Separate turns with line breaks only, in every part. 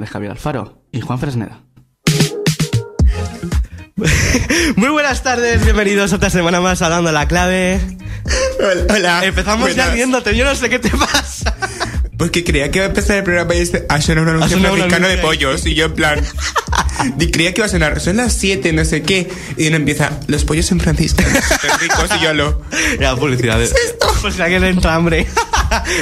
de Javier Alfaro y Juan Fresneda.
Muy buenas tardes, bienvenidos otra semana más a Dando la Clave.
Hola. hola.
Empezamos
Ah, Buenas.
ya riéndote, yo no sé qué te pasa.
Porque creía que iba a empezar el programa y dice, "Ah, ha sonado un anuncio
sonado un
mexicano de
anuncio ahí.
pollos. Y yo en plan... y creía que iba a sonar, son las 7, no sé qué. Y uno empieza, los pollos en Francisco. súper ricos y yo lo...
Ya, publicidad. ¿Qué es esto? Pues la que le entra hambre.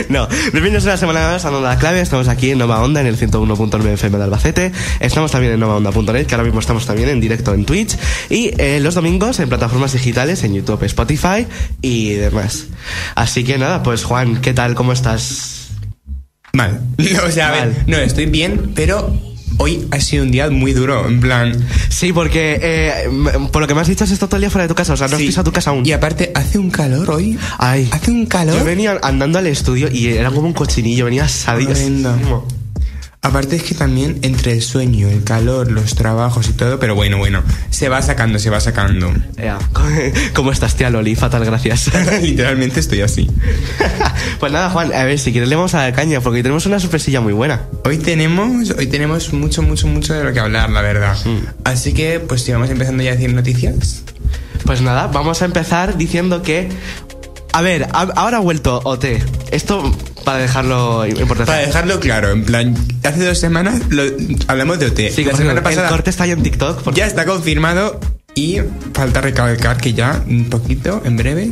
No, bienvenidos una semana más a Onda Clave. Estamos aquí en Nova Onda, en el 101.9 FM de Albacete. Estamos también en novaonda.net, que ahora mismo estamos también en directo en Twitch. Y eh, los domingos en plataformas digitales, en YouTube, Spotify y demás. Así que nada, pues Juan, ¿qué tal? ¿Cómo estás?
Mal. No, o sea, a ver,
Mal.
no, estoy bien, pero hoy ha sido un día muy duro. En plan...
Sí, porque eh, m- por lo que me has dicho has estado todo el día fuera de tu casa, o sea, no has
sí.
pisado tu casa aún.
Y aparte, hace un calor hoy.
Ay.
Hace un calor.
Yo venía andando al estudio y era como un cochinillo, venía sadillo.
Horrendo. Aparte es que también entre el sueño, el calor, los trabajos y todo, pero bueno, bueno, se va sacando, se va sacando.
Ea, ¿Cómo estás, tía Loli? Fatal, gracias.
Literalmente estoy así.
pues nada, Juan, a ver, si quieres le vamos a la caña, porque tenemos una sorpresilla muy buena.
Hoy tenemos, hoy tenemos mucho, mucho, mucho de lo que hablar, la verdad. Así que, pues si vamos empezando ya a decir noticias.
Pues nada, vamos a empezar diciendo que... A ver, a- ahora ha vuelto OT. Esto para dejarlo importante.
Para dejarlo claro, en plan, hace dos semanas lo- hablamos de OT.
Sí, que
la
por
semana
cierto,
pasada
el corte está ahí en TikTok. por-
ya está confirmado y falta recalcar que ya, un poquito, en breve,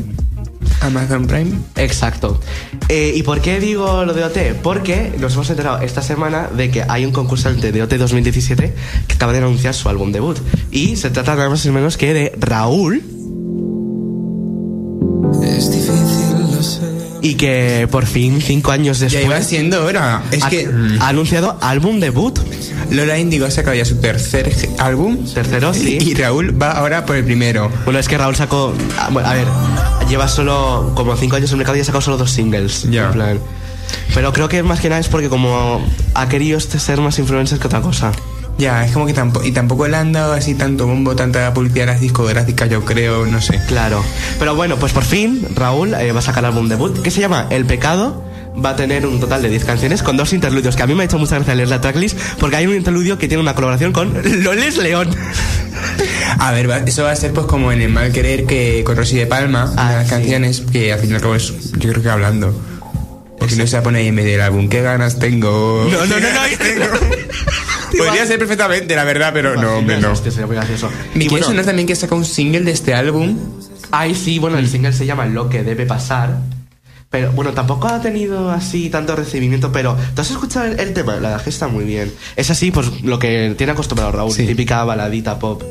Amazon Prime.
Exacto. Eh, ¿Y por qué digo lo de OT? Porque nos hemos enterado esta semana de que hay un concursante de OT 2017 que acaba de anunciar su álbum debut. Y se trata nada más y menos que de Raúl. Y que por fin, cinco años
Ya iba
después, Ah,
siendo hora. Es
ha,
que
ha anunciado álbum debut.
Lola Indigo ha sacado ya su tercer g- álbum.
Tercero, sí.
Y Raúl va ahora por el primero.
Bueno, es que Raúl sacó. ah, bueno, A ver, lleva solo como cinco años en el mercado y ha sacado solo dos singles.
Ya.
En plan. Pero creo que más que nada es porque como ha querido este ser más influencer que otra cosa.
Ya, es como que tampoco, y tampoco le han dado así tanto bombo, tanta publicidad a las discográficas, yo creo, no sé.
Claro. Pero bueno, pues por fin Raúl eh, va a sacar álbum debut que se llama El Pecado. Va a tener un total de 10 canciones con dos interludios, que a mí me ha hecho mucha gracia leer la tracklist, porque hay un interludio que tiene una colaboración con Loles León.
A ver, va- eso va a ser pues como en el mal querer que con Rosy de Palma,
Ah,
una de las
sí.
canciones que al fin y al cabo es, yo creo que hablando. Porque no se va a poner ahí en medio del álbum, qué ganas tengo.
No, no, no,
qué
no.
ganas tengo. Podría ser perfectamente, la verdad, pero no, hombre, no.
Hostia, sería muy gracioso.
Me
Y
quiere
bueno,
sonar también que saca un single de este álbum.
Ay, sí, bueno, el single se llama Lo que debe pasar. Pero bueno, tampoco ha tenido así tanto recibimiento, pero ¿tú has escuchado el, el tema? La verdad que está muy bien. Es así, pues lo que tiene acostumbrado Raúl,
Sí.
típica baladita pop.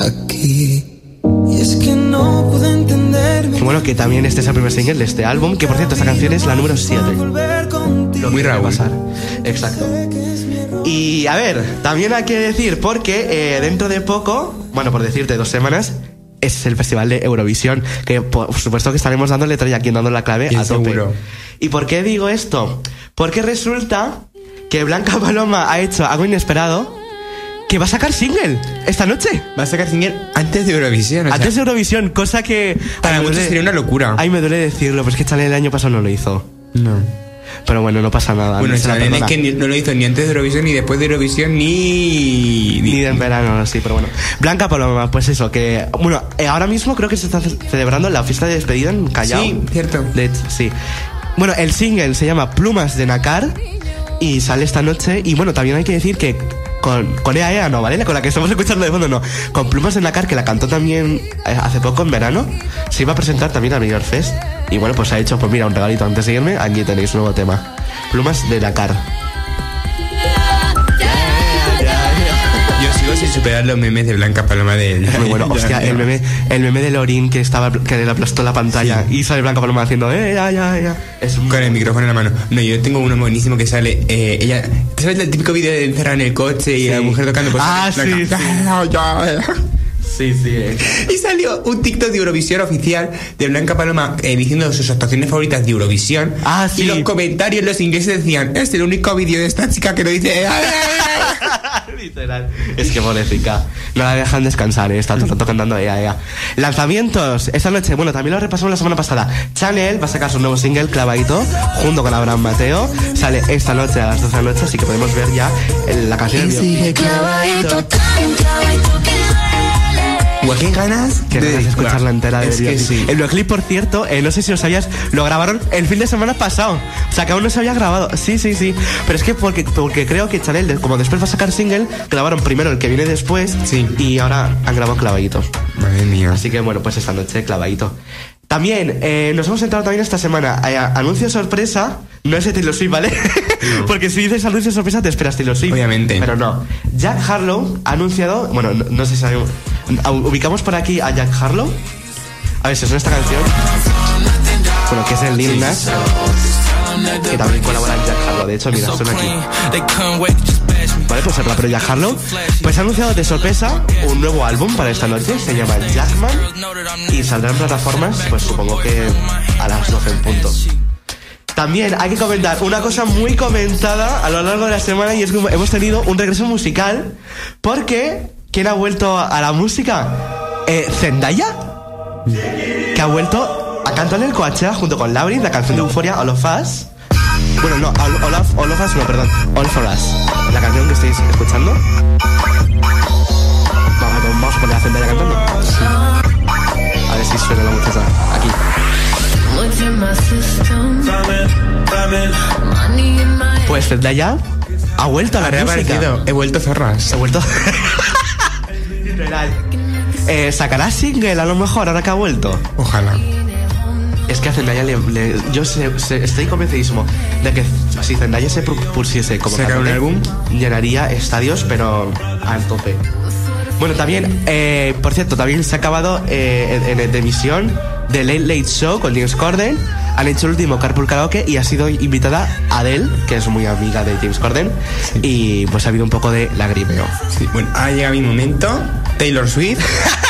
aquí. Y es que no pude entenderme.
Que bueno, que también este es el primer single de este álbum, que por cierto, esta canción es la número 7.
Volver contigo.
Lo
Muy
que debe
Raúl.
pasar. Exacto. Y a ver, también hay que decir, porque eh, dentro de poco, bueno, por decirte dos semanas, es el festival de Eurovisión, que por supuesto que estaremos dándole tralla aquí, dando la clave
Bien
a tope.
seguro.
¿Y por qué digo esto? Porque resulta que Blanca Paloma ha hecho algo inesperado, que va a sacar single esta noche.
Va a sacar single antes de Eurovisión. o sea,
Antes de Eurovisión, cosa que...
Para
Ay, me
muchos
duele-
sería una locura.
Ay, me duele decirlo, pero es que Chanel el año pasado no lo hizo.
No.
Pero bueno, no pasa nada.
Bueno,
Ah, no se la
Chanel es
perdona.
que ni- no lo hizo ni antes de Eurovisión, ni después de Eurovisión, ni.
Ni de en verano, sí, pero bueno. Blanca Paloma, pues eso, que... Bueno, eh, ahora mismo creo que se está ce- celebrando la fiesta de despedida en Callao.
Sí, cierto.
De hecho, sí. Bueno, el single se llama Plumas de Nacar y sale esta noche. Y bueno, también hay que decir que con, con EA EA no, ¿vale? La- Con la que estamos escuchando de fondo no. Con Plumas de Nacar, que la cantó también eh, hace poco en verano, se iba a presentar también al New York Fest. Y bueno, pues ha hecho, pues mira, un regalito antes de irme, aquí tenéis un nuevo tema. Plumas de Nacar.
Yo sigo sin superar los memes de Blanca Paloma de él.
Muy bueno, hostia, el meme, el meme de Lorin que estaba que le aplastó la pantalla y sale Blanca Paloma haciendo eh, ya, ya, ya. Es un-
Con el micrófono en la mano. No, yo tengo uno buenísimo que sale. eh, ella. ¿Te sabes el típico vídeo de encerrada en el coche y
Sí.
la mujer tocando pues,
Ah, sí,
Blanca,
sí.
"Ah, ya, ya".
Sí, sí. eh.
Y salió un TikTok de Eurovisión oficial de Blanca Paloma eh, diciendo sus actuaciones favoritas de Eurovisión.
Ah, sí.
Y los comentarios, los ingleses decían: Es el único vídeo de esta chica que lo dice. "Ah, ya, ya, ya".
Literal. Es que pobrecita. No la dejan descansar, ¿eh? está todo el rato cantando ella, ella. Lanzamientos. Esta noche, bueno, también lo repasamos la semana pasada. Chanel va a sacar su nuevo single, Clavadito, junto con Abraham Mateo. Sale esta noche a las 12 de la noche, así que podemos ver ya el- la canción. del video.
Clavadito, tan clavadito que duele.
Guau, ¿Qué ganas?
Que ganas de escucharla entera de
Es que
Beyoncé.
sí.
El videoclip, por cierto, eh, no sé si lo sabías, lo grabaron el fin de semana pasado. O sea, que aún no se había grabado. Sí, sí, sí. Pero es que porque, porque creo que Chanel, de- como después va a sacar single, grabaron primero el que viene después.
Sí.
Y ahora han grabado clavadito.
Madre mía.
Así que bueno, pues esta noche clavadito. También, eh, nos hemos entrado también esta semana. eh, anuncio sorpresa, no es de Taylor Swift, ¿vale? Porque si dices anuncio sorpresa, te esperas Taylor Swift.
Obviamente.
Pero no. Jack Harlow ha anunciado. Bueno, no, no sé si sabemos. Ubicamos por aquí a Jack Harlow. A ver si suena esta canción. Bueno, que es el Lil Nas. Que también colabora Jack Harlow. De hecho, mira,
so
suena aquí.
clean. They couldn't wait to just bash me.
Vale, pues el rapero Jack Harlow pues ha anunciado de sorpresa un nuevo álbum para esta noche, se llama Jackman y saldrá en plataformas, pues supongo que a las 12 en punto. También hay que comentar una cosa muy comentada a lo largo de la semana y es que hemos tenido un regreso musical porque ¿quién ha vuelto a la música? Eh, ¿Zendaya? Que ha vuelto a cantar en el Coachella junto con Labyrinth, la canción de Euforia, All of Us. Bueno, no, All, All of, All of Us, no, perdón. All for Us. La canción que estáis escuchando. Vamos, vamos a poner a Zendaya cantando. A ver si suena la muchacha. Aquí.
Looked at my system. Money in my
Pues Zendaya ha vuelto a la
He
música.
aparecido, he vuelto zorras.
Se ha vuelto. Literal. Eh, ¿Sacará single a lo mejor ahora que ha vuelto?
Ojalá.
Es que a Zendaya le... le- yo sé- sé- estoy convencidísimo de que si Zendaya se propulsiese como
¿Sacar un
cantante,
álbum?
llenaría estadios, pero al tope. Bueno, también, eh, por cierto, también se ha acabado eh, en, en- de emisión de Late Late Show con James Corden. Han hecho el último Carpool Karaoke y ha sido invitada Adele, que es muy amiga de James Corden. Y pues ha habido un poco de lagrimeo.
Sí, bueno, ha llegado mi momento. Taylor Swift.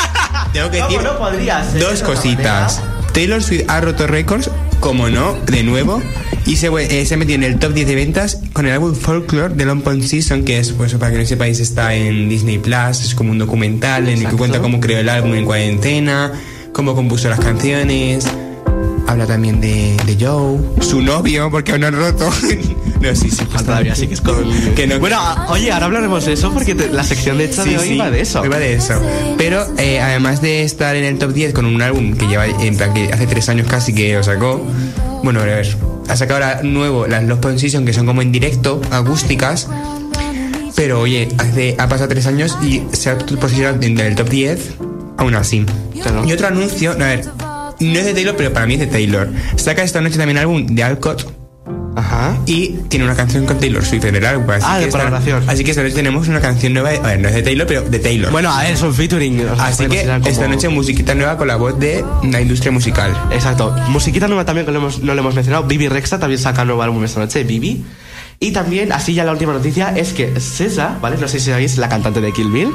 Tengo que decir
podría
dos cositas. Taylor Swift ha roto récords, como no, de nuevo. Y se, fue- eh, se ha metido en el top 10 de ventas con el álbum Folklore de Long Pond Season, que es, pues, para que no sepáis, está en Disney Plus, es como un documental en el que
Exacto.
cuenta cómo creó el álbum en cuarentena, cómo compuso las canciones. Habla también de, de Joe, su novio, porque aún no han roto. no, sí, sí.
Ojalá todavía sí que es con...
Que no- Ah.
Bueno, a- oye, ahora hablaremos de eso porque te- la sección de hecho de hoy iba de eso.
iba de eso. Pero eh, además de estar en el top 10 con un álbum que lleva en plan que hace tres años casi que lo sacó. Bueno, a ver. Ha sacado ahora nuevo las Lost Pond Season que son como en directo, acústicas. Pero oye, hace, ha pasado tres años y se ha posicionado en el top 10 aún así.
Claro.
Y otro anuncio, a ver, no es de Taylor, pero para mí es de Taylor. Saca esta noche también álbum de Alcott
Ajá.
y tiene una canción con Taylor Swift en el álbum. Así
Ah,
que
de
esta-
colaboración.
Así que esta noche tenemos una canción nueva. de- A ver, no es de Taylor, pero de Taylor.
Bueno, a ver, son featuring. o sea,
así
se
que
consideran como-
esta noche musiquita nueva con la voz de la industria musical.
Exacto. Musiquita nueva también que lo hemos- no lo hemos mencionado. Bibi Rexa también saca nuevo álbum esta noche, Bibi. Y también, así ya la última noticia, es que Sesa, ¿vale? No sé si sabéis, la cantante de Kill Bill.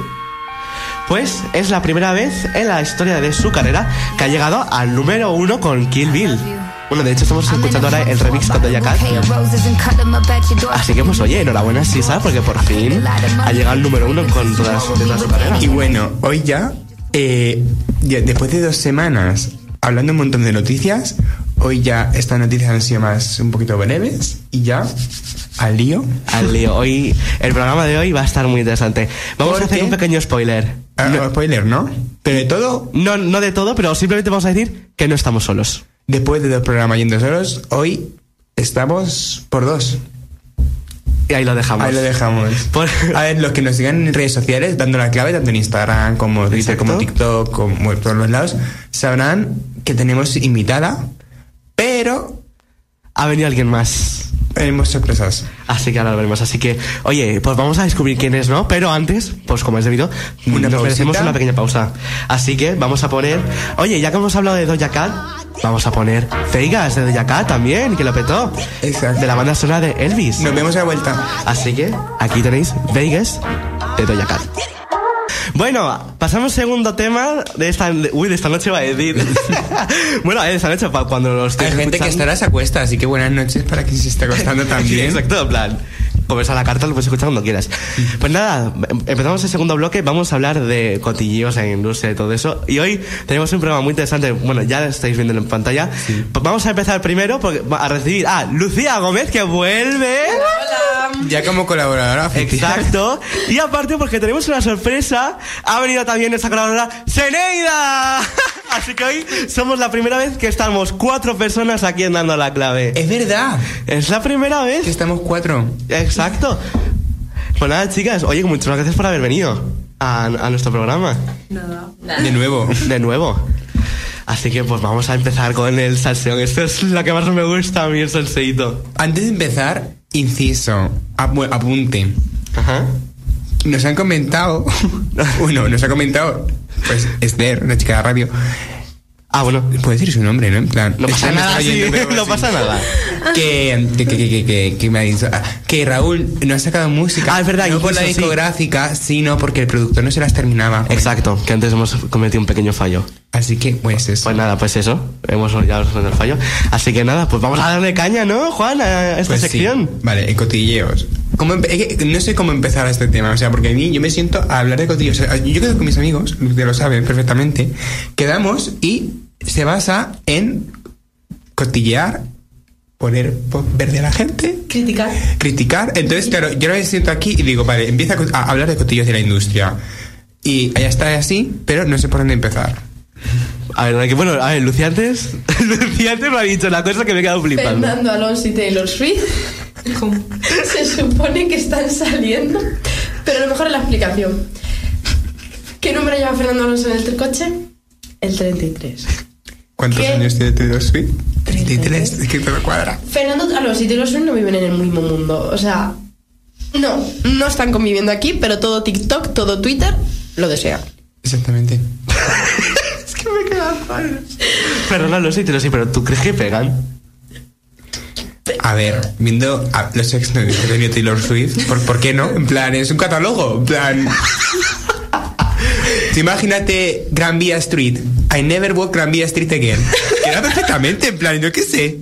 Pues es la primera vez en la historia de su carrera que ha llegado al número uno con Kill Bill. Bueno, de hecho estamos escuchando ahora el remix con Doja Cat. Así que pues oye, enhorabuena Sisa porque por fin ha llegado al número uno con todas de toda su carrera.
Y bueno, hoy ya, eh, ya después de dos semanas hablando un montón de noticias, hoy ya estas noticias han sido más un poquito breves y ya al lío.
Al lío. Hoy, el programa de hoy va a estar muy interesante. Vamos a
¿Por
hacer
qué?
un pequeño spoiler.
Ah, Spoiler, ¿no? Pero de todo,
No, no de todo, pero simplemente vamos a decir que no estamos solos.
después de dos programas yendo solos, hoy estamos por dos.
Y ahí lo dejamos.
Ahí lo dejamos.
Por-
A ver, los que nos sigan en redes sociales, dando la clave, tanto en Instagram como Twitter,
Exacto.
como TikTok, como en todos los lados, sabrán que tenemos invitada, pero
Ha venido alguien más.
tenemos sorpresas.
Así que ahora lo veremos. Así que, oye, pues vamos a descubrir quién es, ¿no? Pero antes, pues como es debido,
Una
nos merecemos
pausita.
una pequeña pausa. Así que vamos a poner. Oye, ya que hemos hablado de Doja Cat, vamos a poner Feigas de Doja Cat también, que lo petó.
Exacto.
De la banda sonora de Elvis.
Nos vemos a la vuelta.
Así que aquí tenéis Vegas de Doja Cat. Bueno, pasamos segundo tema de esta, de- uy, de esta noche va a decir. bueno, eh, de esta noche pa- cuando los
Hay gente que estará a cuesta, así que buenas noches para quien se está acostando también.
Exacto, en plan. comerse a la carta, lo puedes escuchar cuando quieras. Pues nada, em- empezamos el segundo bloque, vamos a hablar de cotilleos en industria y todo eso. Y hoy tenemos un programa muy interesante, bueno, ya lo estáis viendo en pantalla. Pues vamos a empezar primero porque va a recibir a Lucía Gómez, que vuelve.
Ya como colaboradora. oficial.
Exacto. Y aparte, porque tenemos una sorpresa, ha venido también nuestra colaboradora Zeneida. Así que hoy somos la primera vez que estamos cuatro personas aquí en Dando la Clave.
Es verdad.
Es la primera
Que
vez.
estamos cuatro.
Exacto. Pues nada, chicas, oye, muchas gracias por haber venido a, a nuestro programa.
De nuevo.
De nuevo. Así que pues vamos a empezar con el salseón. Esto es lo que más me gusta a mí, el salseíto.
Antes de empezar, inciso, apu- apunte.
Ajá.
Nos han comentado, bueno, nos ha comentado, pues Esther, la chica de la radio.
Ah, bueno.
Puedes decir su nombre, ¿no? En plan,
No pasa
Esther nos
nada,
está oyendo,
sí,
pero
no pasa nada.
Que, que, que, que, que, que me ha dicho ah, que Raúl no ha sacado música.
Ah, es verdad,
No por
incluso
la
sí.
discográfica, sino porque el productor no se las terminaba.
Exacto, que antes hemos cometido un pequeño fallo.
Así que, pues eso.
Pues nada, pues eso. Hemos olvidado el fallo. Así que nada, pues vamos a darle caña, ¿no, Juan? A esta
Pues sí.
sección.
Vale, eh, cotilleos. ¿Cómo empe- es que no sé cómo empezar a este tema, o sea, porque a mí yo me siento a hablar de cotilleos. O sea, yo quedo con mis amigos, que lo saben perfectamente, quedamos y se basa en cotillear, poner po- verde a la gente,
Criticar.
criticar. Entonces, claro, yo me siento aquí y digo, vale, empieza a co- a hablar de cotillos de la industria. Y ya está así, pero no sé por dónde empezar.
A ver, que, bueno, a ver, Lucía antes. Lucía antes me ha dicho la cosa que me he quedado flipando.
Fernando Alonso y Taylor Swift se supone que están saliendo, pero a lo mejor es la explicación. ¿Qué número lleva Fernando Alonso en el coche? El 33.
¿Cuántos
¿Qué?
años tiene este Taylor Swift?
33.
33, es que todo cuadra.
Fernando Alonso y Taylor Swift no viven en el mismo mundo, o sea, no, no están conviviendo aquí, pero todo TikTok, todo Twitter lo desea.
Exactamente.
Pero no lo sé, te lo sé, pero ¿tú crees que pegan?
A ver, viendo a los ex novios que tenía Taylor Swift, ¿por, por qué no? En plan, es un catálogo. En plan. Tú imagínate Gran Vía Street. I never walk Gran Vía Street again. Queda perfectamente, en plan, yo qué sé.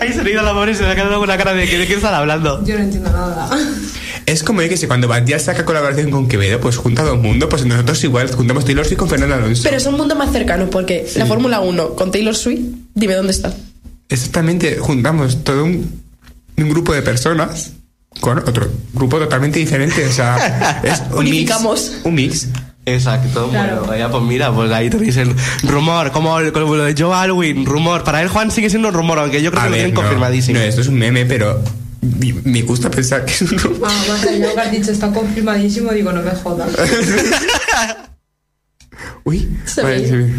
Ahí se le ha ido la pobre y se me ha quedado con la cara de que de qué están hablando.
Yo no entiendo nada.
Es como yo que sé, cuando Bandía saca colaboración con Quevedo, pues junta dos mundos, pues nosotros igual juntamos Taylor Swift con Fernando Alonso.
Pero son mundos más cercanos porque la Fórmula 1 con Taylor Swift, dime dónde está.
Exactamente, juntamos todo un, un grupo de personas con otro grupo totalmente diferente. O sea, es un
Unificamos.
mix. Un mix.
Exacto,
Claro.
bueno, ya pues mira, pues ahí tenéis el rumor, como, el- como lo de Joe Alwin, rumor. Para él Juan sigue siendo un rumor, aunque yo creo que lo tienen confirmadísimo.
No, esto es un meme, pero me- me gusta pensar que es un rumor.
Ah, más allá que has dicho está confirmadísimo, digo, no me jodas.
Uy,
Se
vale,
ve.
se ve.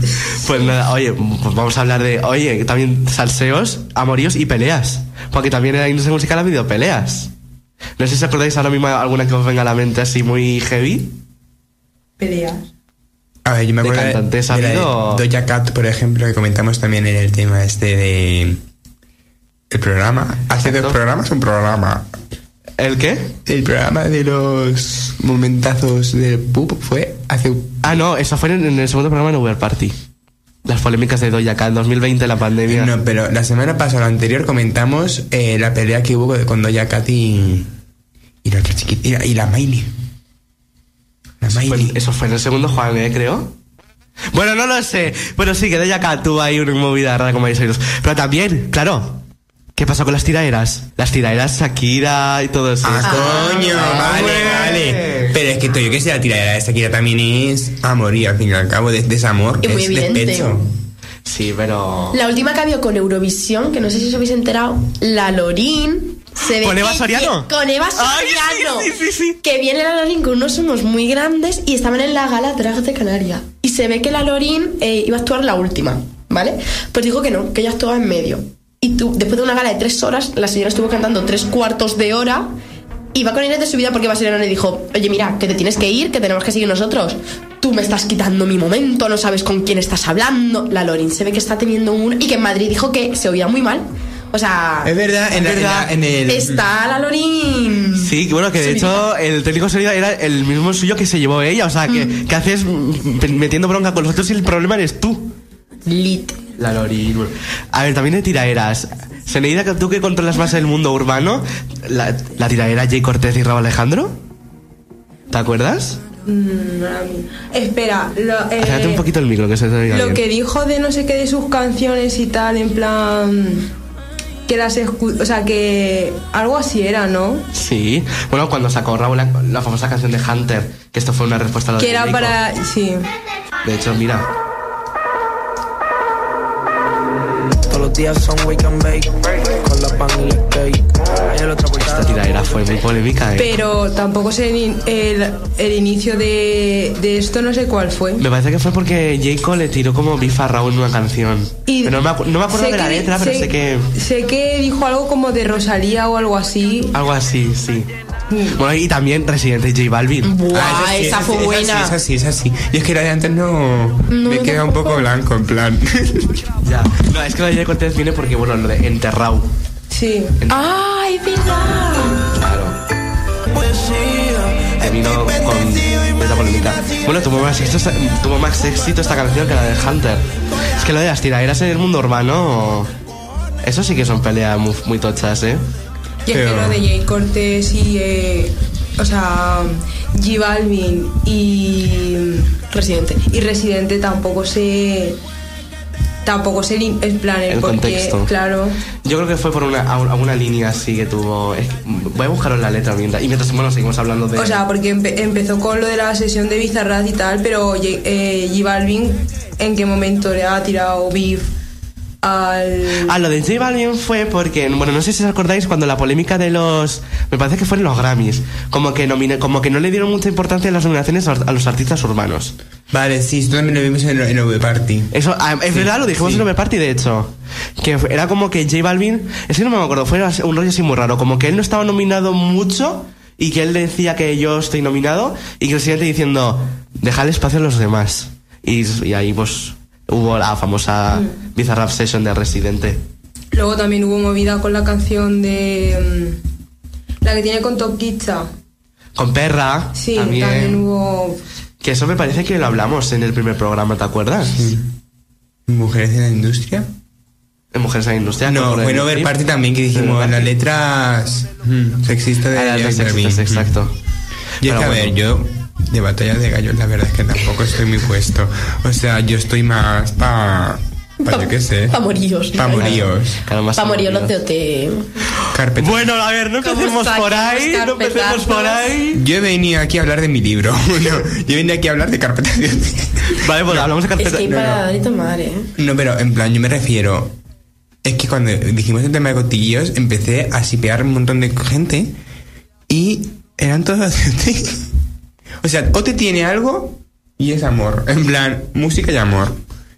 Pues nada, oye, pues vamos a hablar de, oye, también salseos, amoríos y peleas. Porque también en la industria musical ha habido peleas. No sé si os acordáis ahora mismo alguna que os venga a la mente así muy heavy.
Peleas.
A ver, yo me
¿De
acuerdo
cantantes ha
la
habido?
Doja Cat, por ejemplo, que comentamos también en el tema este de el programa. Hace
Exacto.
dos programas un programa.
¿El qué?
El programa de los momentazos del pub fue hace
Ah, no, eso fue en, en el segundo programa en Uber Party. Las polémicas de Doja Cat 2020, la pandemia.
No, pero la semana pasada, la anterior, comentamos eh, la pelea que hubo con Doja Cat y, y la otra chiquita. Y la, y la Miley. La
Fue-
Miley.
Pues eso fue en el segundo Juan, ¿eh? Creo. Bueno, no lo sé. Pero sí, que de acá tuvo ahí una movida rara como habéis oído. Pero también, claro. ¿Qué pasó con las tiraderas? Las tiraderas Shakira y todo eso.
Ah, coño, vale,
hombre.
vale. Pero es que yo que sé, la tiradera de Shakira también es amor y al fin y al cabo de desamor,
Es muy
es
evidente.
despecho.
Sí, pero...
La última que había con Eurovisión, que no sé si os habéis enterado, la Lorín. Se ve
¿Con Eva
que-
Soriano?
Con Eva
Ay, sí,
Soriano.
sí, sí, sí.
Que viene la Lorín con unos humos muy grandes y estaban en la gala Drag de Canaria. Y se ve que la Lorín eh, iba a actuar la última, ¿vale? Pues dijo que no, que ella actuaba en medio. Y tú, después de una gala de tres horas, la señora estuvo cantando tres cuartos de hora. Y va con Inés de su vida porque Vasiliano le dijo, oye mira, que te tienes que ir, que tenemos que seguir nosotros. Tú me estás quitando mi momento, no sabes con quién estás hablando. La Lorin se ve que está teniendo un... Y que en Madrid dijo que se oía muy mal. O sea...
Es verdad, en, la- en la- en el.
Está la Lorin.
Sí, que bueno, que de hecho el técnico sonido era el mismo suyo que se llevó ella. O sea, que, que haces mm, metiendo bronca con los otros y el problema eres tú.
Lit.
La Lorin. A ver, también de tiraeras. Seneida, que tú que controlas más el mundo urbano, la, la tiradera Jay Cortez y Raúl Alejandro. ¿Te acuerdas?
Mm, ahora mismo. Espera, lo, eh,
Acércate un poquito el micro, que se te oiga
lo
bien.
que dijo de no sé qué de sus canciones y tal, en plan. Que las escu- O sea, que. Algo así era, ¿no?
Sí. Bueno, cuando sacó Raúl la, la famosa canción de Hunter, que esto fue una respuesta a lo
Que
de
era
Nico.
para. Sí.
De hecho, mira.
Todos los días son wake and bake. Con la pan y el cake. Ayer lo otra
Esta tiradera fue muy polémica, ¿eh?
Pero tampoco sé el, in- el, el inicio de, de esto, no sé cuál fue.
Me parece que fue porque Jayco le tiró como bifa a Raúl en una canción.
Y
pero no me, acu- no me acuerdo
sé
de la
que-
letra, pero sé que.
Sé que dijo algo como de Rosalía o algo así.
Algo así, sí. Bueno, y también Residente J Balvin.
Mm.
Buah,
Ah, sí,
esa fue
sí,
buena.
Esa sí, esa sí, esa sí. Y es que la de antes no. me
yo
queda un poco blanco, en plan.
Ya. No, es que lo de Jay Cortez viene porque, bueno, lo de Enterrau.
Sí. Ah,
¡Ay, es verdad!
Claro. Te vino con esta polémica. Bueno, tuvo más, éxito, esta- tuvo más éxito esta canción que la de Hunter. Es que lo de las tiraderas en el mundo urbano. Eso sí que son peleas muy, muy tochas, ¿eh?
Y es que
Pero-
lo de Jay Cortés y. eh, o sea, G Balvin y.
Residente.
Y Residente tampoco sé. Tampoco sé el, el plan,
El
Eh, porque,
contexto.
Claro.
Yo creo que fue por una, a- alguna línea así que tuvo. es que- voy a buscaros la letra mientras. Y mientras, bueno, seguimos hablando de.
O sea, porque empe- empezó con lo de la sesión de Bizarrat y tal, pero J- eh, J Balvin, ¿en qué momento le ha tirado beef al.
Ah, lo de J Balvin fue porque, bueno, no sé si os acordáis cuando la polémica de los. Me parece que fueron los Grammys. Como que, nomina- como que no le dieron mucha importancia a las nominaciones a a los artistas urbanos.
vale, sí, esto también lo vimos en el OV Party.
Eso, ah, es
Sí,
verdad, lo dijimos
sí.
en Ove Party, de hecho. Que fue- era como que J Balvin, es que no me acuerdo, fue un rollo así muy raro. Como que él no estaba nominado mucho y que él decía que yo estoy nominado y que el siguiente diciendo, dejar espacio a los demás. Y, y ahí pues hubo la famosa
Mm.
Bizarrap Session de Residente.
Luego también hubo movida con la canción de. mm, La que tiene con Top Kitcha.
Con Perra.
Sí, también. hubo.
Que eso me parece que lo hablamos en el primer programa, ¿te acuerdas?
¿Mujeres en la industria?
En Mujeres en la Industria.
no,
con
fue en
Rodrigo
OV
Clip.
Party también que dijimos
Rodrigo
las
Clip.
letras mm, sexistas de
Ah, las
J
dos
Balvin.
sexistas, exacto.
Y es
Pero
que, a
bueno.
ver, yo de batallas de gallos la verdad es que tampoco estoy muy puesto. O sea, yo estoy más pa... pa yo qué sé.
Pa' moríos.
Pa' moríos.
Claro, más
Para morir no
aburrido.
te ote.
Carpeta.
Bueno, a ver, no empecemos
saquemos
por ahí, no empecemos por
carpetazos?
ahí.
Yo venía aquí a hablar de mi libro. No, yo venía aquí a hablar de carpetas. de ocio.
Vale, pues hablamos de
Es
carpeta.
que hay
No,
para
no.
dar y tomar, ¿eh?
No, pero en plan, yo me refiero. Es que cuando dijimos el tema de cotilleos, empecé a sipear un montón de gente y eran todos OT. O sea, o te tiene algo y es amor. En plan, música y amor.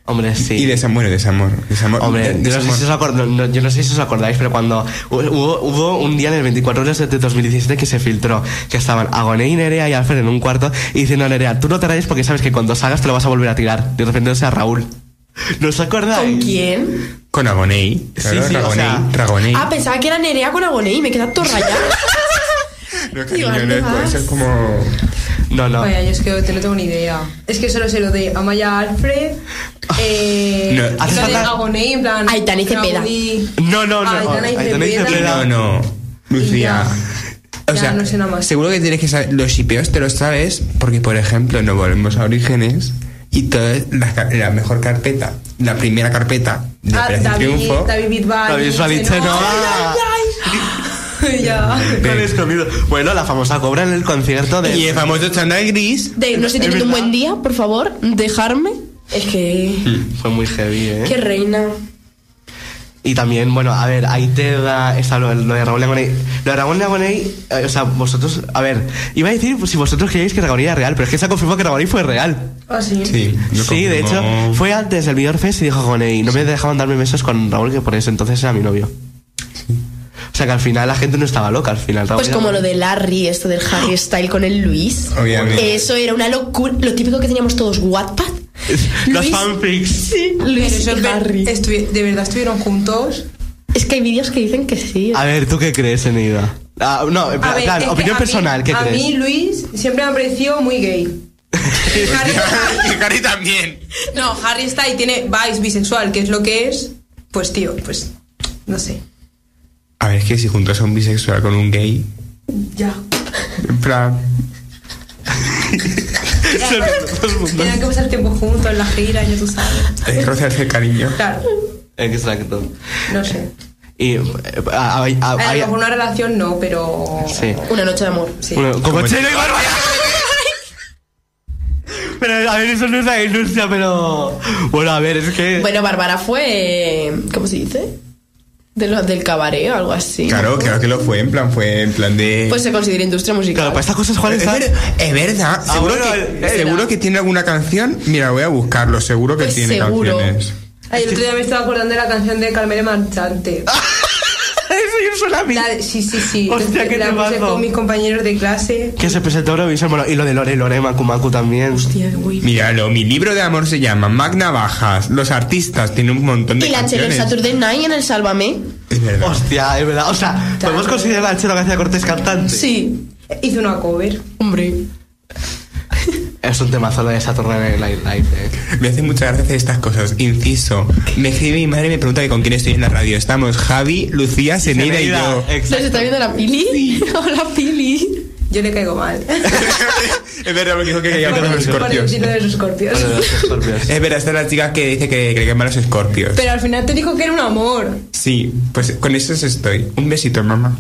Hombre, sí.
Y desamor, y desamor. desamor
Hombre,
de-
yo no, sé
desamor.
si os acor- no- no- yo no sé si os acordáis, pero cuando hu- hubo, hubo un día en el 24 horas de 2017 que se filtró, que estaban Agoné y Nerea y Alfred en un cuarto y diciendo a Nerea, tú no te rayes porque sabes que cuando salgas te lo vas a volver a tirar. De repente sea Raúl. ¿No os acordáis?
¿Con quién?
Con Agonei. Claro,
sí, o
Ragonei.
sea-
Ragonei.
Ah, pensaba que era Nerea con Agoné y me queda todo rayado.
no,
tío,
cariño, no,
¿dónde
eso es
vas?
como.
No, no.
Vaya, yo es que no tengo ni idea. Es que solo sé lo de Amaya Alfred. Eh,
No,
hace
lo de
falta-
Agoné, en plan.
Aitana y Cepeda.
Raúl y- Ah,
No, no, no.
Aitana y
Aitana y
Cepeda. Ah,
Cepeda.
No, no. Lucía.
Ya.
O
Ya,
sea,
no sé nada más.
seguro que tienes que saber los shipeos, te los sabes, porque por ejemplo, no volvemos a Orígenes y toda la, ca- la mejor carpeta, la primera carpeta de
Ah,
Operación
David,
Triunfo.
David Bisbal.
David Bisbal y Chenoa.
ay, ay. Ya.
Me he escondido. Bueno, la famosa cobra en el concierto de...
Y el famoso chándal gris.
Dave, no sé
Es
si tienes un
verdad.
buen día, por favor, dejarme. Es que.
Fue muy heavy, ¿eh?
Qué reina.
Y también, bueno, a ver, ahí te da está lo, lo de Raúl Legoney. Lo de Raúl Legoney, eh, o sea, vosotros, a ver, iba a decir pues, si vosotros creíais que Ragoney era real, pero es que se ha confirmado que Ragoney fue real.
Ah, sí.
Sí, lo
sí, de hecho,
confirmó.
fue antes del Video Fest y dijo Ragoney, no me dejaban darme besos con Raúl, que por eso entonces era mi novio. O sea que al final la gente no estaba loca, al final Raúl
Pues
era-
como lo de Larry, esto del Harry Style con el Luis.
Obviamente.
Eso era una locura. Lo típico que teníamos todos, Wattpad.
Los
Luis-
fanfics.
Sí,
Pero
Luis
eso
y
es ver-
Harry. Es,
estuvi- ¿De verdad estuvieron juntos?
que hay vídeos que dicen que sí.
A ver, ¿tú qué crees, Eneida? Ah, no, en
A
plan,
ver,
claro,
es que
opinión
a mí-
personal, ¿qué
a
crees?
mí Luis siempre me ha parecido muy gay. Harry,
Y Cari también.
no, Harry está y tiene vice bisexual, que es lo que es. Pues tío, pues no sé.
A ver, es que si juntas a un bisexual con un gay,
Ya.
en plan.
Tienen que pasar tiempo juntos en la gira, ya tú sabes.
eh, rozarse el cariño.
Claro,
Exacto.
no sé.
Y. eh, ah, ah, ah,
A
ah,
lo mejor una relación no, pero.
Sí.
Una noche de amor.
Sí.
Bueno, como
Como-
Chelo y Bárbara. Pero, a ver, eso no es una denuncia, pero. Bueno, a ver, es que.
Bueno, Bárbara fue. eh, ¿Cómo se dice? De los del cabaret o algo así.
Claro, claro que lo fue, en plan, fue en plan de. eh,
Pues se considera industria musical.
claro, para estas cosas, Juan
es,
está.
ver- es verdad,
Ah,
seguro,
bueno,
que,
eh,
seguro
será.
que tiene alguna canción. Mira, voy a buscarlo, seguro que
Pues
tiene
seguro.
canciones.
Ay, el otro día me estaba acordando de la canción de Carmele Marchante.
Ah.
Eso yo suena a mí.
La de- sí, sí, sí.
Hostia,
Entonces,
qué
la puse
temazo.
con mis compañeros de clase.
Que se presentó Eurovisión, bueno, y lo de Lore, Lore, Macumacu también.
Hostia, güey.
Míralo, mi libro de amor se llama Magna Bajas. Los artistas tienen un montón de
Y la Chelo en
canciones.
Saturday Night en el Sálvame.
Es verdad.
Hostia, es verdad. O sea, ¿podemos considerar a Chelo García Cortés cantante?
Sí.
Hice una cover.
Hombre.
Es un temazo lo de Saturday Night Live. eh.
Me hace muchas gracias hacer estas cosas. Inciso. Me escribe mi madre y me pregunta que con quién estoy en la radio. Estamos Javi, Lucía, Seneira y yo.
¿Nos
Exacto.
está viendo la Pili? Hola, Pili.
Yo le caigo mal.
es verdad, porque dijo que quería
Por
hablar de los
por el
escorpios.
signo de los escorpios.
Bueno, los escorpios.
Es verdad, esta es la chica que dice que cree que ama a los escorpios.
Pero al final te dijo que era un amor.
Sí, pues con eso estoy. Un besito, mamá.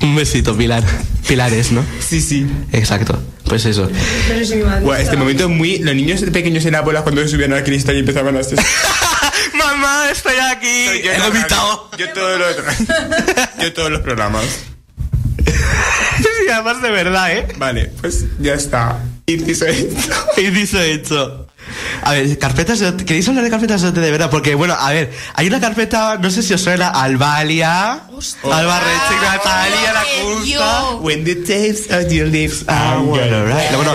Un besito, Pilar. Pilares, ¿no?
Sí, sí.
Exacto. Pues eso.
Pero si mi madre.
Guau, este
estaba-
momento es muy. Los niños pequeños en bola cuando se subían al cristal y empezaban a hacer.
Mamá, estoy aquí. He vomitado.
Yo todos los. Yo todos los programas.
Sí, además de verdad, ¿eh?
Vale, pues ya está. Inciso esto.
Y dice hecho. A ver, carpetas de... ¿Queréis hablar de carpetas de OT de verdad? Porque, bueno, a ver, hay una carpeta, no sé si os suena, Albalia, Albarreche, Natalia, La Custa.
When the tapes of your lips
Ah, bueno, right. No, bueno,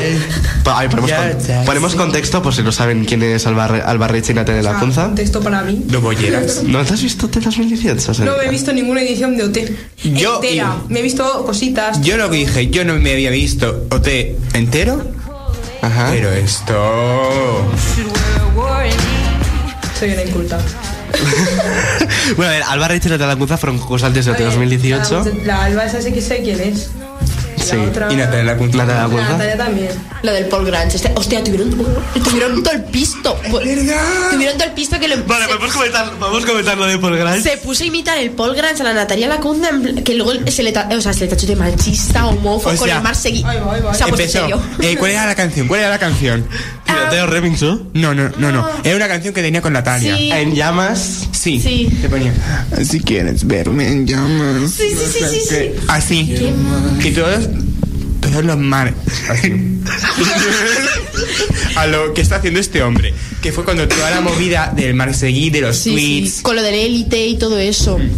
pa- a ver, ponemos,
Ya,
con-
ya,
ponemos contexto por si no saben quién es Albarre- Albarreche y Natalia La
Ah,
Cunza.
un texto para mí.
¿No bolleras?
¿No te has visto Tetas 2018?
No me
Serena?
he visto ninguna edición de OT.
Yo-
Entera.
y-
Me he visto cositas.
Yo lo que dije, yo no me había visto OT entero,
Ajá.
pero esto.
Soy una inculta.
Bueno, a ver, Albarreche y Natalia La Cunza fueron constantes de OT 2018.
La, la Alba esa sí que sé quién es. La
Sí.
otra-
Y Natalia la Cunza.
Natalia la
La
Cunza.
Natalia también.
Lo del Paul Grange. Este- hostia, tuvieron, tuvieron todo el pisto. Tuvieron todo el pisto que lo
Vale,
se-
podemos comentar, vamos a comentar lo de Paul Grant.
Se puso a imitar el Paul Grange a la Natalia Lacunda, en pl- que luego se le, ta- o sea, se le tachó de machista, homófobo,
O
con
sea,
el mar seguido.
ahí va, ahí va.
Se ha puesto
Empezó.
pues, serio.
Eh, ¿Cuál era la canción? ¿Cuál era la canción?
Tiroteo Remington.
No, no, no, no.
Ah.
Era una canción que tenía con Natalia.
Sí.
En llamas.
Sí.
Sí.
Te ponía. Si quieres verme, en llamas.
Sí, sí, sí, sí, sí.
Así. Y todos. Todos los mares. Así. A lo que está haciendo este hombre. Que fue cuando toda la movida del mar seguí, de los
Sí,
tweets.
sí, Con lo del élite y todo eso.
Mm.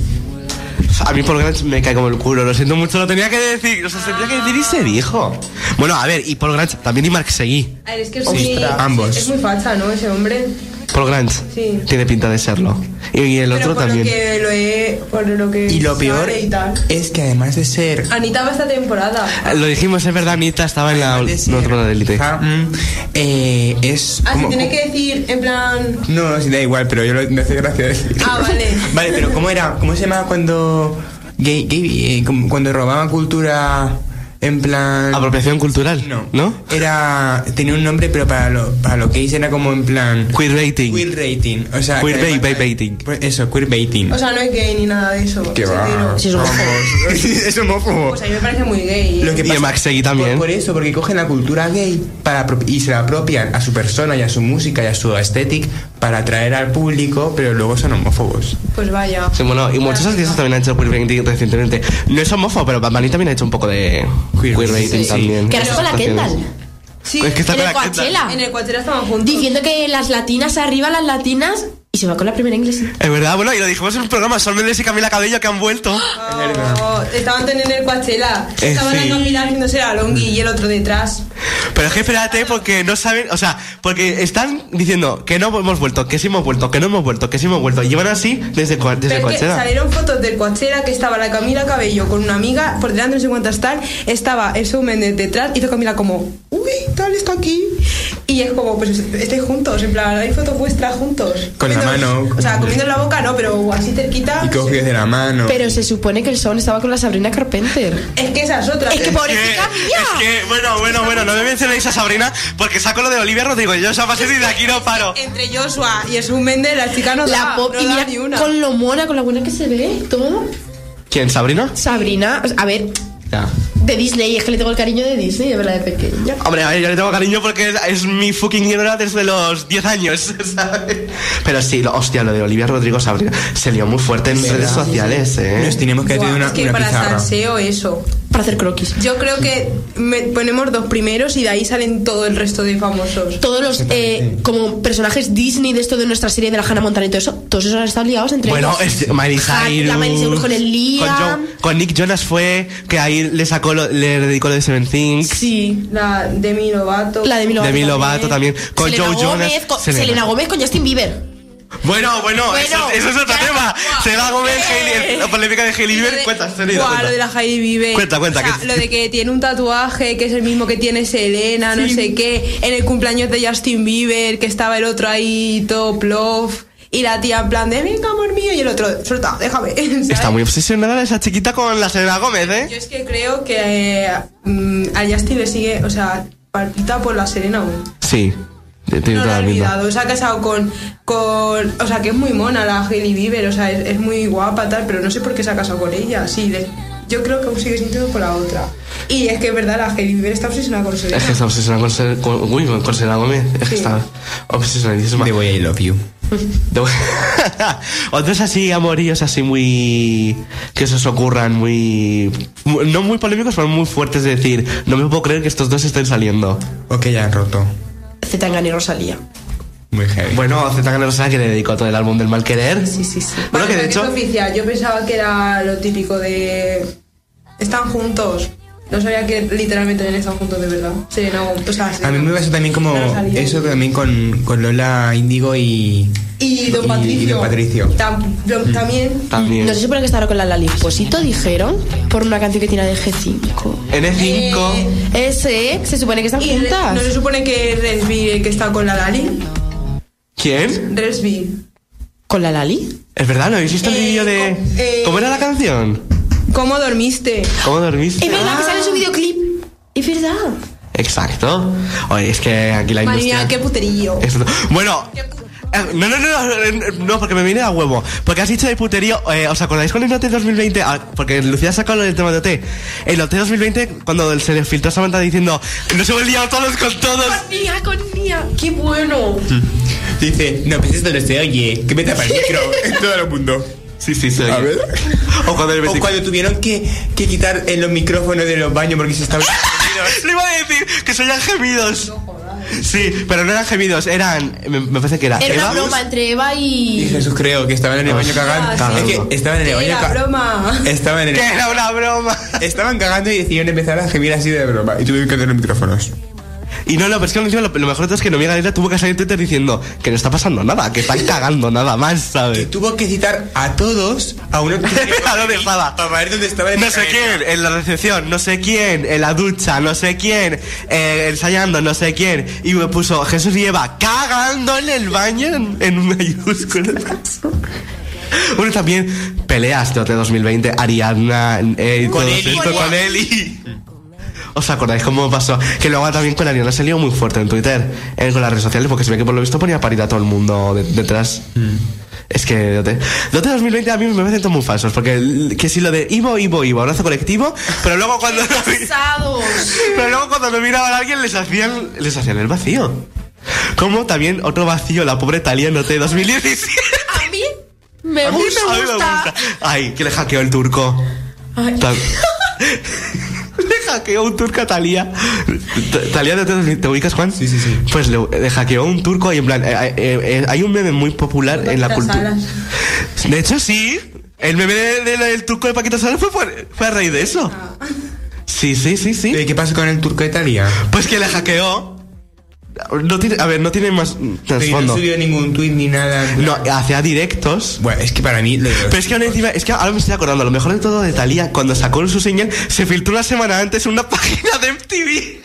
A mí por Grange me cae como el culo, lo siento mucho, lo tenía que decir, o sea, se tenía que decir y se dijo. Bueno, a ver, y Paul Grange, también y Mark Seguí.
A ver, es que es,
Sí,
muy,
ambos.
es muy facha, ¿no? Ese hombre.
Paul Grange
Sí.
tiene pinta de serlo. Y, y el
Pero
otro
por
también.
lo que lo he. Por lo que
Y lo
sabe
peor
y tal.
es que además de ser.
Anita va esta temporada.
Ah, Lo dijimos, es verdad, Anita estaba en la
además de ser-
otra de élite.
Ah, mm, eh, es.
Ah, se
como-
tiene que decir en plan.
No, no, sí, da igual, pero yo lo, me hace gracia decir.
Ah, vale.
Vale, pero ¿cómo era? ¿Cómo se llamaba cuando. Gay, gay, eh, como cuando robaban cultura. En plan.
Apropiación cultural,
No.
Ah, ¿no?
Era. Tenía un nombre, pero para lo, para lo que hice era como en plan.
Queer rating.
Queer rating. O sea.
Queer
que
bait-
además-
baiting.
Pues Eso, queer baiting.
O sea, no es gay ni nada de eso.
Que
Ese
va.
tiro.
Sí, es homófobo.
vamos. es homófobo.
O sea, pues a mí me parece muy gay. ¿eh?
Lo que
Y
pasa-
el Max Seguí también.
Por, por eso, porque cogen la cultura gay para, apro- y se la apropian a su persona y a su música y a su estética para atraer al público, pero luego son homófobos.
Pues vaya.
Sí, bueno, y muchos artistas también han hecho queer rating recientemente. No es homófobo, pero Bad Bunny también ha hecho un poco de queer,
Queer
rating
rating, sí.
también.
Que ahora está con la Kendall.
Sí,
Es que está
En
con
el
la Kendall.
Coachella.
en el cuatera estaban juntos.
Diciendo que las latinas arriba, las latinas. Y se va con la primera inglesa.
Es verdad, bueno, y lo dijimos en el programa, Sol Méndez y Camila Cabello que han vuelto.
Oh, estaban teniendo el Coachella.
Eh,
estaban
sí.
la Camila haciéndose la longi y el otro detrás.
Pero es que espérate, porque no saben, o sea, porque están diciendo que no hemos vuelto, que sí hemos vuelto, que no hemos vuelto, que sí hemos vuelto. Llevan así desde, Coa- desde
Pero es que
Coachella.
salieron fotos del Coachella que estaba la Camila Cabello con una amiga por delante, no sé cuántas tal. Estaba el Shawn Mendes detrás. Hizo Camila como, uy, tal, está aquí. Y es como, pues estáis juntos, en plan, hay fotos vuestras juntos.
Con la
Comiendo-
mano.
O sea, comiendo en la boca no, pero así cerquita.
Y cogidos de la mano.
Pero se supone que el son estaba con la Sabrina Carpenter.
Es que esas otras.
Es que pobrecita mía.
Es que, bueno, bueno, bueno, no me mencionéis a Sabrina porque saco lo de Olivia Rodrigo y yo esa base y de aquí no paro.
Entre Joshua y Jesús Méndez, la chica no
la
da,
pop
no
y
da
mira
ni una.
con lo mona, con la buena que se ve, todo.
¿Quién, Sabrina?
Sabrina, o sea, a ver,
Ya.
de Disney, es que le tengo el cariño de Disney, de verdad, de pequeña.
Hombre, a ver, yo le tengo cariño porque es, es mi fucking ídola desde los 10 años, ¿sabes? Pero sí, lo- hostia, lo de Olivia Rodrigo Sabrina se lió muy fuerte en redes sociales,
Nos
¿eh?
teníamos que
Buah,
tener una,
es que
una
para
pizarra.
salseo eso.
Para hacer croquis.
Yo creo que me- ponemos dos primeros y de ahí salen todo el resto de famosos.
Todos los eh, como personajes Disney de esto de nuestra serie de la Hannah Montana y todo eso, todos esos han estado ligados entre
Bueno,
ellos.
es Miley
Ja- La Miley
Cyrus,
Cyrus con el
con,
Liam.
Jo- con Nick Jonas fue que ahí le sacó, lo- le dedicó lo de Seven Things.
Sí.
La de mi Lovato.
La de Demi Lovato.
Demi Lovato también. Con
Selena
Joe
Gomez,
Jonas.
Con,
Selena.
Selena. Gómez con Justin Bieber.
Bueno, bueno, eso, eso es otro
ya.
tema. Se va a comer Hailey- la polémica de Hailey
Y Eh. lo
Bieber.
de-
Cuenta, Serena,
Buah,
cuenta.
lo de la Heidi Bieber.
Cuenta, cuenta,
O sea,
que-
lo de que tiene un tatuaje que es el mismo que tiene Selena, no sé qué. En el cumpleaños de Justin Bieber, que estaba el otro ahí, top love. Y la tía en plan de, venga, amor mío. Y el otro, suelta, déjame. ¿sabes?
Está muy obsesionada esa chiquita con la Selena Gómez,
Yo
¿eh?
es que creo que eh, mm, a Justin le sigue, o sea, palpita por la Selena aún.
Sí. Tiene
No la
toda
ha
la pinta.
olvidado, se ha casado con, con. O sea, que es muy mona la Hailey Bieber, o sea, es, es muy guapa, tal, pero no sé por qué se ha casado con ella. Sí, le- yo creo que aún sigue sintiendo con la otra. Y es que es verdad, la Hailey Bieber está obsesionada con Selena.
Es que está obsesionada con, Sel- con, uy, con Selena Gómez. Es que
Sí.
está obsesionadísima.
De Boy I Love You.
De- Otros así, amoríos así muy... Que se os ocurran, muy... mu- No muy polémicos, pero muy fuertes de decir. No me puedo creer que estos dos estén saliendo.
O que ya han roto.
Zetangana y Rosalía.
Muy heavy.
Bueno, Z Rosa que le dedicó todo el álbum del mal querer.
Sí, sí, sí.
Bueno,
Vale,
que de
porque
hecho...
es oficial, yo pensaba que era lo típico de. Están juntos. No sabía que literalmente están juntos de verdad. Selena, o sea,
a mí me pasó también como
Selena Rosalía.
eso también con, con Lola Índigo y
Y Don
y- y
Patricio. Mm.
Don Patricio.
Tam- lo- también.
También.
No se supone que estaba con la Lali Posito, dijeron, por una canción que tiene de G5.
N5...
Eh,
Ese, se supone que están
Y
juntas.
¿No se supone que Resby, eh, que está con la Lali?
¿Quién?
Resby.
¿Con la Lali?
Es verdad, ¿no habéis visto el
Eh,
vídeo de...
co- eh,
¿Cómo era la canción?
¿Cómo dormiste?
¿Cómo dormiste?
Es verdad que sale en su videoclip. Es verdad.
Exacto. Oye, es que aquí la
Madre
industria...
mía, qué puterío.
Exacto. Bueno... eh, No, no, no, no, no, porque me viene a huevo. Porque has dicho de puterío, eh, ¿os acordáis con el OT 2020? Ah, porque Lucía ha sacado el tema de OT. El OT 2020, cuando se le filtró a Samantha diciendo, nos hemos liado todos con todos.
Nia, con Nia. Qué bueno.
Dice, no, pues esto lo sé, oye, que me tapa el micro en todo el mundo.
Sí, sí, sí.
A ver.
O cuando el
O
24
cuando tuvieron que, que quitar eh, los micrófonos de los baños porque se estaban...
Le iba a decir que sonían gemidos. Sí, pero no eran gemidos, eran. Me, me parece que era.
Era una
Eva.
broma entre Eva
Y
y.
Jesús creo que estaban en el baño cagando.
Ah, sí.
Es que estaban en el baño
Era
cagando.
broma.
Estaban en
Que
el...
era una broma.
Estaban cagando y decidieron empezar a gemir así de broma. Y tuvieron que quitar los micrófonos.
Y no, no, pero es que encima lo, lo mejor de todo es que no Galera tuvo que salir en Twitter diciendo que no está pasando nada, que están cagando nada más,
Que
¿sabes?
tuvo que citar a todos a uno que
¿A dónde estaba?
Para ver dónde estaba el
No sé
cagadero.
quién en la recepción, no sé quién en la ducha, no sé quién eh, ensayando, no sé quién. Y me puso Jesús y Eva cagando en el baño en, en mayúsculas. Bueno, también peleas de OT 2020, Ariadna, eh,
Con
todos
Eli.
estos, con Eli. ¿Os acordáis cómo pasó? Que luego también con Ariadna se lió muy fuerte en Twitter, eh, con las redes sociales, porque se ve que por lo visto ponía a parir a todo el mundo de- detrás. Es que de OT, de OT 2020 a mí me parecen todos muy falsos, porque el- que si lo de Ivo, Ivo, Ivo, abrazo colectivo, pero luego cuando...
Casados.
Pero luego cuando me miraban a alguien les hacían, les hacían el vacío. Como también otro vacío, la pobre Talía en OT 2017.
A mí me
A mí
gusta.
me gusta. Ay, que le hackeó el turco.
Ay.
Tal- le hackeó un turco a Talía. Ta- Talía, ¿te, te, te ubicas, Juan?
Sí, sí, sí.
Pues le, le hackeó un turco y en plan. eh, eh, eh, hay un meme muy popular en la
Las
cultura.
alas.
De hecho, sí. El meme de- de- del turco de Paquito Salas fue, por- fue a raíz de eso. Sí, sí, sí, sí.
Eh, ¿Qué pasó con el turco de Italia?
Pues que le hackeó. No tiene, a ver, no tiene más mm,
Y no
trasfondo.
subió ningún tweet ni nada.
No, hacía directos.
Bueno, es que para mí...
Pero es que aún encima, es que ahora me estoy acordando, lo mejor de todo de Talía, cuando sacó su single, se filtró una semana antes en una página de MTV.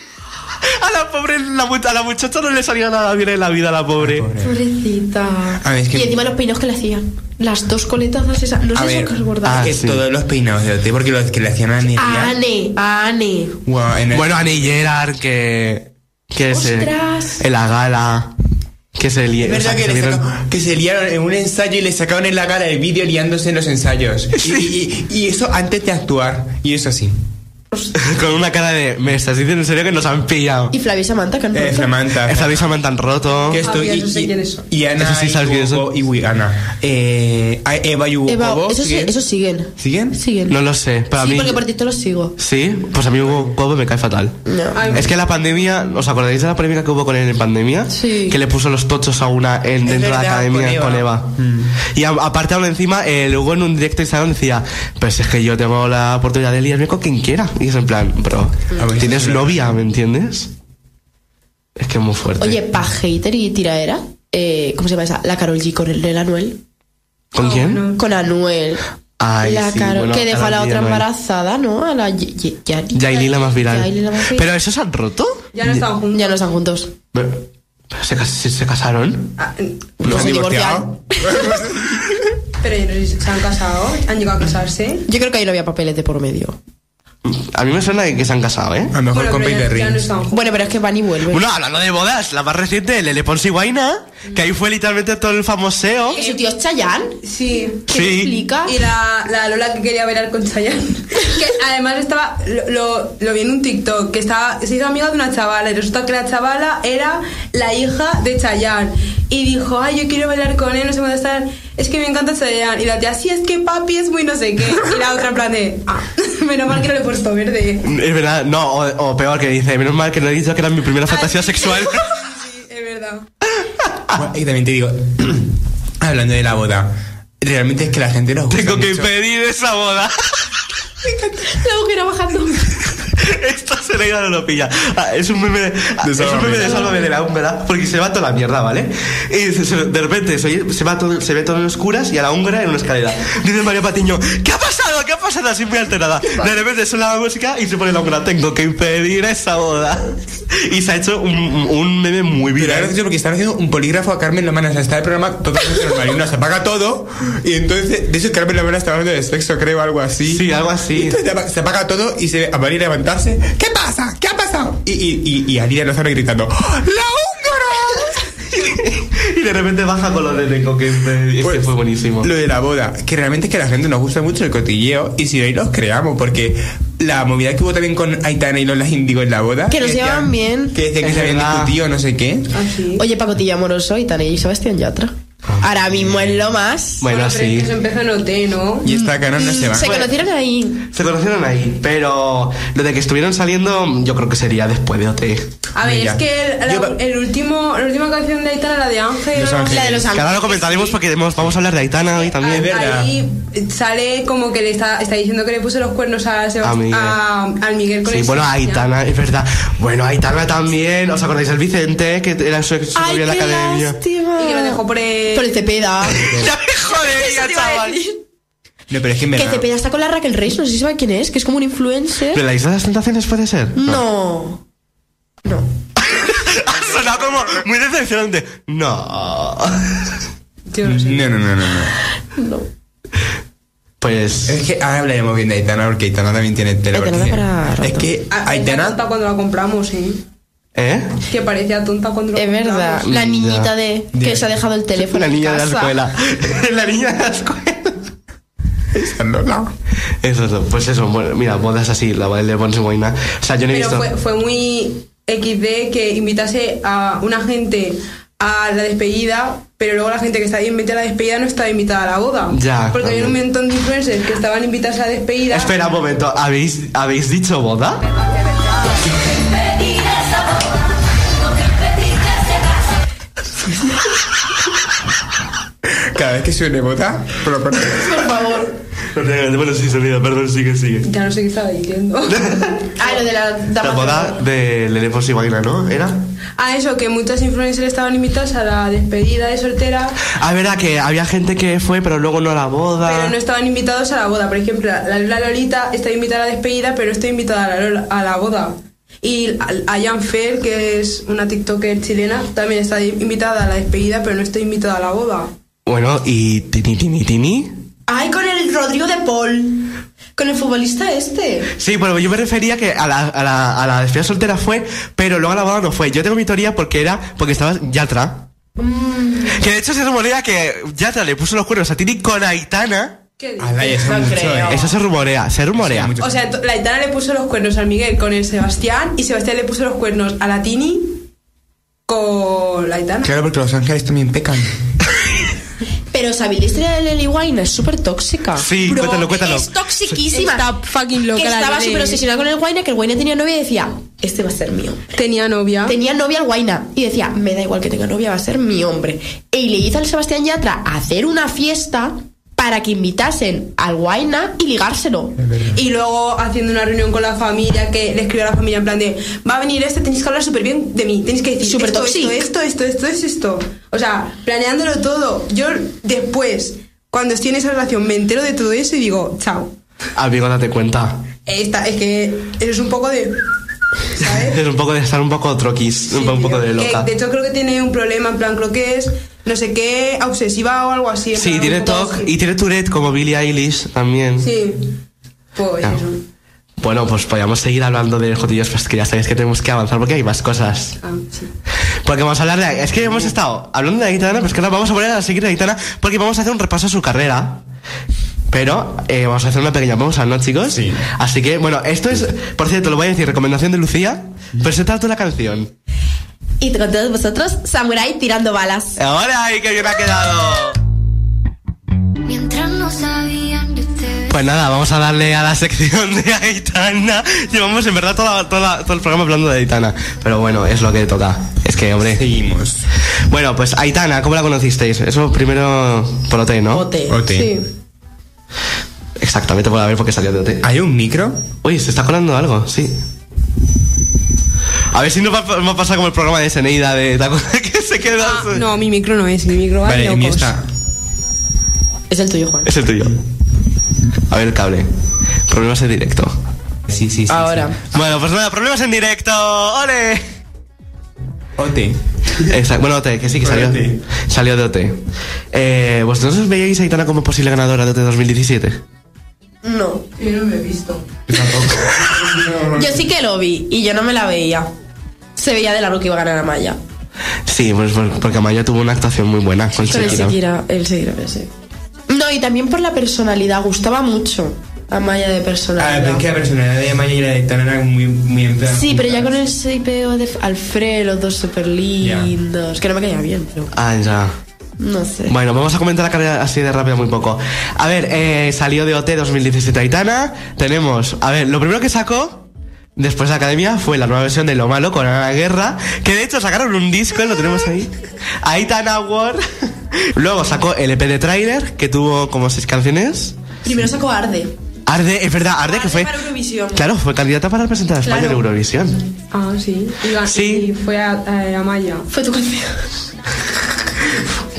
A la pobre, la mu- a la muchacha no le salía nada bien en la vida, a la pobre.
Pobrecita.
A ver, es que-
Y encima los peinos que le hacían. Las dos coletazas esas. No
A
sé si
ver,
que es bordado.
ah,
que
sí.
todos los peinados de OT, porque los que le hacían a Ane.
Ane, Ane.
Guau, en el-
Bueno, Annie Gerard, que. que se.
Ostras.
en la gala. que se lie- o
Es
sea,
verdad que,
que se
le
vieron-
saca- que se liaron en un ensayo y le sacaron en la cara el vídeo liándose en los ensayos. Y- Y, y- y eso antes de actuar. Y eso sí.
con una cara de. me estás diciendo en serio que nos han pillado.
Y Flavia y Samantha que han
Eh,
roto.
Flamanta.
Esta vez se me han roto.
Que esto,
Ah,
y,
bien, no sé
y-
quiénes son.
y Ana
Eso sí sabes quiénes son.
Iwugo- Iwi- Ana. Eh, a- Eva y
Eva, eso, sí- eso siguen.
¿Siguen?
Siguen.
No lo sé, para
sí,
mí.
porque por ti te los sigo.
Sí, pues a mí Hugo Cobo me cae fatal.
Ay,
Es que la pandemia, ¿os acordáis de la polémica que hubo con él en pandemia?
Sí.
Que le puso los tochos a una en,
Es
dentro de la
verdad,
academia con Eva.
con Eva.
Y a- aparte, aún encima, eh, luego en un directo de Instagram decía: Pues es que yo tengo la oportunidad de liarme con quien quiera. Y es en plan, bro,
A ver,
tienes
sí, sí,
novia, ¿me entiendes? Es que es muy fuerte.
Oye, pa' hater y tiraera. eh, ¿Cómo se llama esa? La Carol G con el, el Anuel.
¿con quién?
no.
Con Anuel.
Ay,
la
sí,
Karol-
bueno,
que dejó a la
Karol G,
otra
Anuel.
embarazada, ¿no? A la Ye- Ye- Yailin.
Yailin la más viral.
Yailin la más viral.
Pero esos se han roto.
Ya no están juntos.
Ya no están juntos.
Pero- pero ¿Se, cas- se- se casaron?
Ah, Pero
¿Se
No,
han
Pues se
divorciado?
yo no sé si se han casado, han llegado a casarse.
Yo creo que ahí no había papeles de por medio.
A mí me suena que se han casado, ¿eh?
A lo mejor
Bueno,
con
pero ya-
Paper
ya no
Rings.
están juntos.
Bueno, pero es que van y vuelven.
Bueno, hablando de bodas, la más reciente, Lele Pons y Guaina, que ahí fue literalmente todo el famoseo.
¿Que su tío es Chayanne?
Sí.
¿Qué
Sí.
explica?
Y la, la Lola que quería bailar con Chayanne. Que además estaba. Lo, lo, lo vi en un TikTok. Que estaba, se hizo amiga de una chavala. Y resulta que la chavala era la hija de Chayanne. Y dijo, ay, yo quiero bailar con él, no sé cómo estar. Es que me encanta Chayanne. Y la tía, sí, es que papi es muy no sé qué. Y la otra, en plan de. Ah, menos mal que no le he puesto verde.
Es verdad, no, o, o peor que dice, menos mal que no he dicho que era mi primera fantasía sexual.
Sí, es verdad.
Bueno, Ah, y también te digo, hablando de la boda, realmente es que la gente nos gusta
Tengo que
mucho.
impedir esa boda.
La mujer bajando.
Esto se le no lo pilla. Ah, es un meme de, ah, es un meme de Sálvame de la Un, ¿verdad? Porque se va toda la mierda, ¿vale? Y se- se- de repente se, oye- se va todo, se ve todo en oscuras y a la húngara en una escalera. Dice María Patiño, ¿qué ha pasado? ¿Qué ha pasado? Así muy alterada. De repente suena la música y se pone la húngara, tengo que impedir esa boda. Y se ha hecho un, un meme muy
Pero ahora
viral.
es porque están haciendo un polígrafo a Carmen Lomana. O sea, está el programa totalmente normal. Y una se apaga todo. Y entonces, de hecho, Carmen Lomana está hablando de sexo, creo, algo así.
Sí, algo así.
Y entonces apa- se apaga todo y se ve a María levantarse. ¿Qué pasa? ¿Qué ha pasado? Y, y, y, y Alina Lozano gritando: ¡La húngara!
Y de repente baja con lo de Tengo que impedir. Es que
Pues,
fue buenísimo.
Lo de la boda, que realmente es que a la gente nos gusta mucho el cotilleo. Y si veis, los creamos. Porque la movida que hubo también con Aitana y Lola Índigo en la boda.
Que nos
decían-
llevaban bien.
Que decían que
Es
se habían
verdad.
discutido, no sé qué.
Así.
Oye, Pacotilla Amoroso y Tania y Sebastián Yatra. Ahora mismo es lo más.
Ah. bueno,
pero es
sí.
que se empezó en OT, ¿no?
Y esta canón no se va.
Mm, Se conocieron ahí.
Se conocieron ahí, pero lo de que estuvieron saliendo, yo creo que sería después de E. OT.
A ver,
Mira.
es que el, la-
Yo-
el último, la última canción de Aitana, la de Ángel.
Los Ángeles.
La de los
Que ahora lo
ángeles. Ah,
comentaremos porque hemos- vamos a hablar de Aitana hoy
ahí-
también.
ver. verdad.
Ahí sale como que le está, está diciendo que le puso los cuernos a Sebast-
A Miguel.
a- al Miguel con
Sí,
el
bueno,
Sevilla.
Aitana, es verdad. Bueno, Aitana también. ¿Os acordáis del Vicente, que era su ex su
Ay,
novio en la
qué
academia?
lástima.
Y que lo dejó por el-
Por el Cepeda.
¡Ya me jodería,
Eso te iba a
chaval!
decir.
No, pero es que en
Que
verdad.
Cepeda está con la Raquel Reyes, no sé si sabe quién es, que es como un
¿De
influencer.
la Isla de las Tentaciones puede ser?
No. No.
Ha sonado como muy decepcionante. No.
Yo no sé.
Mm, No, no, no, no, no.
No.
Pues.
Eh.
Es que ahora hablaremos bien de Aitana porque Aitana también tiene tela.
Aitana
porque-
da para Ah,
Es que
A- parecía tonta
Aitana.
cuando la compramos, sí.
¿Eh?
Que parecía tonta cuando la
Es verdad.
compramos.
La niñita
Ya.
de que se ha dejado el teléfono.
La
en
niña de la
casa.
escuela. La niña de la escuela.
No,
Eso, eso, pues eso, bueno, mira, bodas así, la boda de Ponce Guaina. O sea, yo no he
Pero
visto.
fue, fue muy XD que invitase a una gente a la despedida, pero luego la gente que estaba invitada a la despedida no estaba invitada a la boda.
Ya,
Porque había un
también.
montón de influencers que estaban invitados a la despedida.
Espera un momento, ¿habéis, ¿habéis dicho boda?
Cada vez que suene bota, pero por
Bueno, sí, sonido, perdón, sigue, sigue.
Ya no sé qué estaba diciendo.
Ah, lo de la dama.
La boda de Lele Ponce Guaina, ¿no? ¿Era?
a Ah, eso, que muchas influencers estaban invitadas a la despedida de soltera,
Ah, verdad que había gente que fue, pero luego no a la boda.
pero no estaban invitados a la boda. Por ejemplo, la Lola Lolita está invitada a la despedida, pero no está invitada a la, Lola- a la boda. Y Ayan Fer, que es una TikToker chilena, también está invitada a la despedida, pero no está invitada a la boda.
Bueno, y Tini Tini Tini.
Ay, con el Rodrigo de Paul. Con el futbolista este.
Sí, bueno, yo me refería que a la, a la, a la despedida soltera fue, pero luego a la boda no fue. Yo tengo mi teoría porque era porque estaba Yatra.
Mm.
Que de hecho se rumorea que Yatra le puso los cuernos a Tini con Aitana.
¿Qué dices?
Ala, y eso
No
mucho,
creo.
eh.
Eso se rumorea, se rumorea.
Sí, mucho.
O sea, to- la Itana le puso los cuernos al Miguel con el Sebastián y Sebastián le puso los cuernos a la Tini con la Itana.
Claro, porque los ángeles también pecan.
Pero ¿sabéis la historia de Lily Wine? Es súper tóxica.
Sí,
Bro,
cuéntalo, cuéntalo.
Es toxiquísima.
Está fucking loca
que
la
estaba
Lily.
súper obsesionada con el Wine, que el Wine tenía novia y decía, este va a ser mío.
Tenía novia.
Tenía novia el Guaina y decía, me da igual que tenga novia, va a ser mi hombre. Y le hizo al Sebastián Yatra hacer una fiesta para que invitasen al Guaina y ligárselo.
Y luego haciendo una reunión con la familia, que le escribió a la familia en plan de, va a venir este, tenéis que hablar súper bien de mí, tenéis que decir
Súper
esto, esto,
toxic.
esto, esto, esto, esto, esto. O sea, planeándolo todo. Yo después, cuando estoy en esa relación, me entero de todo eso y digo, chao.
Amigo, Ah, date cuenta.
Esta, es que eso es un poco de... ¿Sabes?
Es un poco de estar un poco troquis, un,
Sí,
po- un poco
tío.
de
Que,
loca.
de hecho, creo que tiene un problema, en plan, creo que es no sé qué, obsesiva o algo así. en
Sí,
plan,
tiene
un poco
TOC
así.
y tiene Tourette como Billie Eilish también.
Sí. Pues
Claro.
eso.
Bueno, pues podríamos seguir hablando de jotillos, pero es que ya sabéis que tenemos que avanzar porque hay más cosas.
Ah, sí.
Porque vamos a hablar de... Es que hemos estado hablando de la guitarra, pero es que ahora vamos a volver a seguir la guitarra porque vamos a hacer un repaso a su carrera. Pero eh, vamos a hacer una pequeña pausa, ¿no, chicos?
Sí.
Así que, bueno, esto es... Por cierto, lo voy a decir, recomendación de Lucía. Presenta tú la canción.
Y con todos vosotros, Samurai tirando balas.
¡Ahora! ¡Ay, qué bien ha quedado!
Mientras no sabían, yo te
Pues nada, vamos a darle a la sección de Aitana. Llevamos en verdad toda- toda- todo el programa hablando de Aitana. Pero bueno, es lo que toca. Es que, hombre...
Seguimos.
Bueno, pues Aitana, ¿cómo la conocisteis? Eso primero por OT, ¿no?
Bote.
OT.
Sí.
Exactamente por haber porque salió de OT.
¿Hay un micro?
Uy, se está colando algo, sí. A ver si no va, va a pasar como el programa de Seneida de la cosa que se queda.
Ah, no, mi micro no es, mi micro va
Vale,
de
el mío
locos.
está.
Es el tuyo, Juan.
Es el tuyo. A ver el cable. Problemas en directo.
Sí, sí, sí.
Ahora.
Bueno, pues nada, problemas en directo. ¡Ole!
sí. OT.
Exacto. Bueno, OT, que sí, que salió,
OT.
salió de OT. Eh, ¿Vosotros os veíais a Aitana como posible ganadora de OT 2017?
No.
Yo no me he visto.
Yo sí que lo vi y yo no me la veía. Se veía de largo que iba a ganar a Maya.
Sí, pues pues, porque Amaya tuvo una actuación muy buena con
Con el
Shakira.
Shakira, el Shakira, ese. No, y también por la personalidad. Gustaba mucho a Maya de
Ah,
personalidad.
pero es que la personalidad de Maya y la de Tana eran muy, muy en plan.
Sí, pero ya con el CIPO de Alfredo, los dos súper lindos. Que no me caía bien, pero
Ah, ya.
no sé.
Bueno, vamos a comentar la carrera así de rápido muy poco. A ver, eh, salió de OT 2017 Aitana. Tenemos, a ver, lo primero que sacó después de la Academia fue la nueva versión de Lo Malo con Ana Guerra, que de hecho sacaron un disco, lo tenemos ahí. Aitana War. Luego sacó el EP de Trailer, que tuvo como seis canciones.
Primero sacó Arde.
Arde, es verdad, Arde que
Arde
fue...
para Eurovisión.
Claro, fue candidata para representar a España en
Claro.
Eurovisión.
Ah, sí. Y, ga-
Sí.
y fue a, eh, a, a Maya.
Fue tu canción.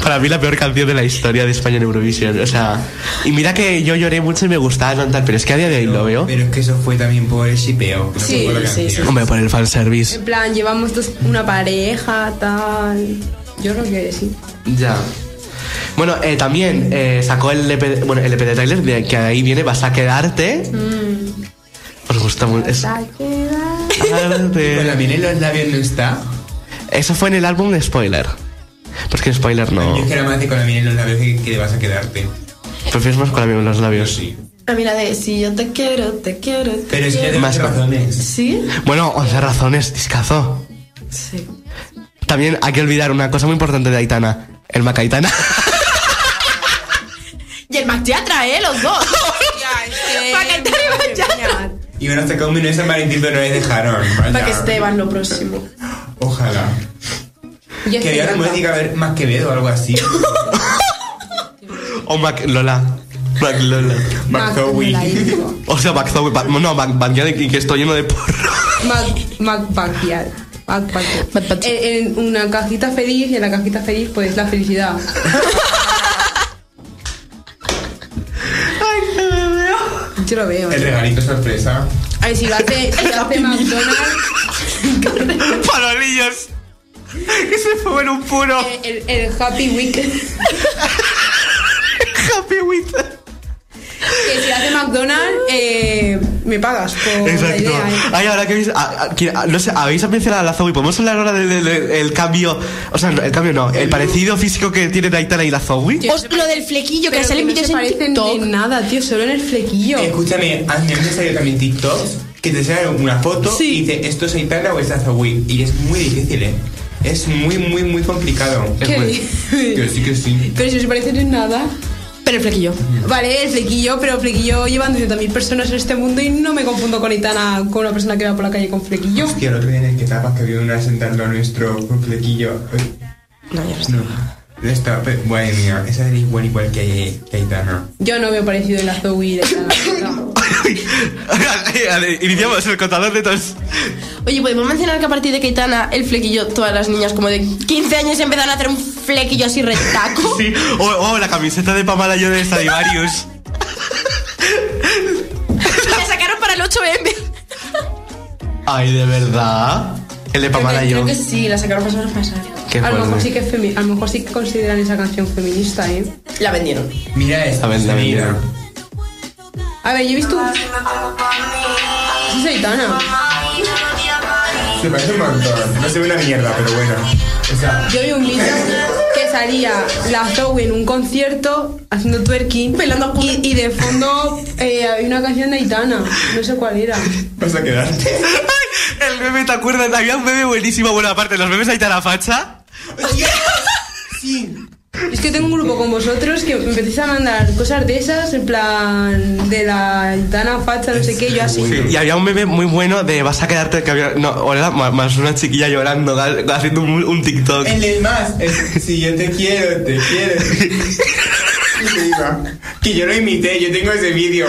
Para mí la peor canción de la historia de España en Eurovisión. O sea, y mira que yo lloré mucho y me gustaba cantar, pero es que a día de hoy lo veo.
Pero es que eso fue también por el shipeo. que no
Sí,
fue por la
sí,
canción.
Hombre, por el fanservice.
En plan, llevamos dos- una pareja, tal. Yo creo que sí.
Ya. Bueno, eh, también eh, sacó el EP, de- bueno, el EP de trailer, de que ahí viene Vas a quedarte. Os gusta mucho. Es...
Con Pues la
Quedarte.
miel en los labios no está.
Eso fue en el álbum de Spoiler. Pues que Spoiler no.
Yo es que era más de con la miel en los labios que, que vas a quedarte.
Prefieres más con la mía en los
Yo
labios.
sí.
A mí la de Si yo te quiero, te quiero. te
Pero es que
quiero.
ya tengo
Más-
razones.
¿Sí?
Bueno, 11 razones, discazo.
Sí.
También hay que olvidar una cosa muy importante de Aitana. El Macaitana.
Y el Mac Teatra, ¿eh? Los dos. Para que Esteban ya.
Y van a sacar un menú de San Valentín, pero no les dejaron. vaya.
Para que Esteban lo próximo.
Ojalá.
Yo
Quería la
estoy
música ver más Quevedo o algo así.
o Mac Lola. Mac Lola.
Mac Zoe.
O sea, Mac Zoe. Ba- no, Mac Mac- que estoy lleno de porro.
Mac- Macbackial. Macbackial.
Macbackial.
Eh, En, en una cajita feliz y en la cajita feliz pues la felicidad. Yo lo veo.
El regalito sorpresa.
A ver, si lo hace, si lo hace McDonald's,
Palolillos. Que se fue en un puro.
eh, El, el Happy Week. que
Happy with.
si hace McDonald's, eh, me pagas por la
Exacto.
idea. ¿eh?
Ay, ahora que habéis. a- a- que- a- no sé, habéis mencionado a la Zoe. ¿Podemos hablar ahora del, del- del- el cambio? O sea, no, el cambio no. El parecido físico que tiene Aitana y la Zoe.
Os- lo del flequillo que
Pero
salen
que no
vídeos
se
en
parecen
TikTok.
en nada, tío, solo en el flequillo.
Escúchame, a mí me salió también TikTok que te salen una foto
Sí.
y dice esto es Aitana o es Azawin. Y es muy difícil, ¿eh? Es muy, muy, muy complicado.
¿Qué
Es muy-
dices?
Que sí, que sí.
Pero si no se parecen en nada.
Pero el flequillo.
Vale, el flequillo, pero flequillo llevan 200.000 personas en este mundo y no me confundo con Itana, con una persona que va por la calle con flequillo.
Hostia, el otro día en el que tapas que vino una sentando a nuestro flequillo.
No, ya lo sé.
No. Ya está, pero, bueno, mira, esa es igual igual que, que Aitana.
Yo no veo parecido en la Zoe y la Itana, la verdad.
Vale, Iniciamos el contador de todos.
Oye, podemos mencionar que a partir de Keitana, el flequillo, todas las niñas como de 15 años empezaron a hacer un flequillo así retaco.
Sí. O o la camiseta de Pamela yo de Stradivarius.
La sacaron para el 8M.
Ay, de verdad. El de Pamela
Creo
yo.
que sí, la sacaron pasar pasar.
Qué
a, lo mejor
fuerte.
sí que es femi- a lo mejor sí que consideran esa canción feminista, ¿eh?
La vendieron.
Mira esta
A ver, la
mira.
mira.
A ver, yo he visto... Sí, soy Itana.
Se parece un montón. No se ve una mierda, pero bueno. O sea,
Yo vi un vídeo que salía la Zoe en un concierto haciendo twerking y, y de fondo eh, había una canción de Aitana, no sé cuál era.
vas a quedarte.
Ay, El meme, ¿te acuerdas? Había un meme buenísimo. Bueno, aparte, los memes de Aitana Facha.
Es que tengo un grupo con vosotros que me empecéis a mandar cosas de esas, en plan de la Aitana facha, no sé qué, yo así.
Y había un meme muy bueno de vas a quedarte. Que había, no, o era ma- más una chiquilla llorando, da- haciendo un, un TikTok.
El del más. el- sí, yo te quiero, te quiero. Y iba. Que yo lo imité, yo tengo ese vídeo.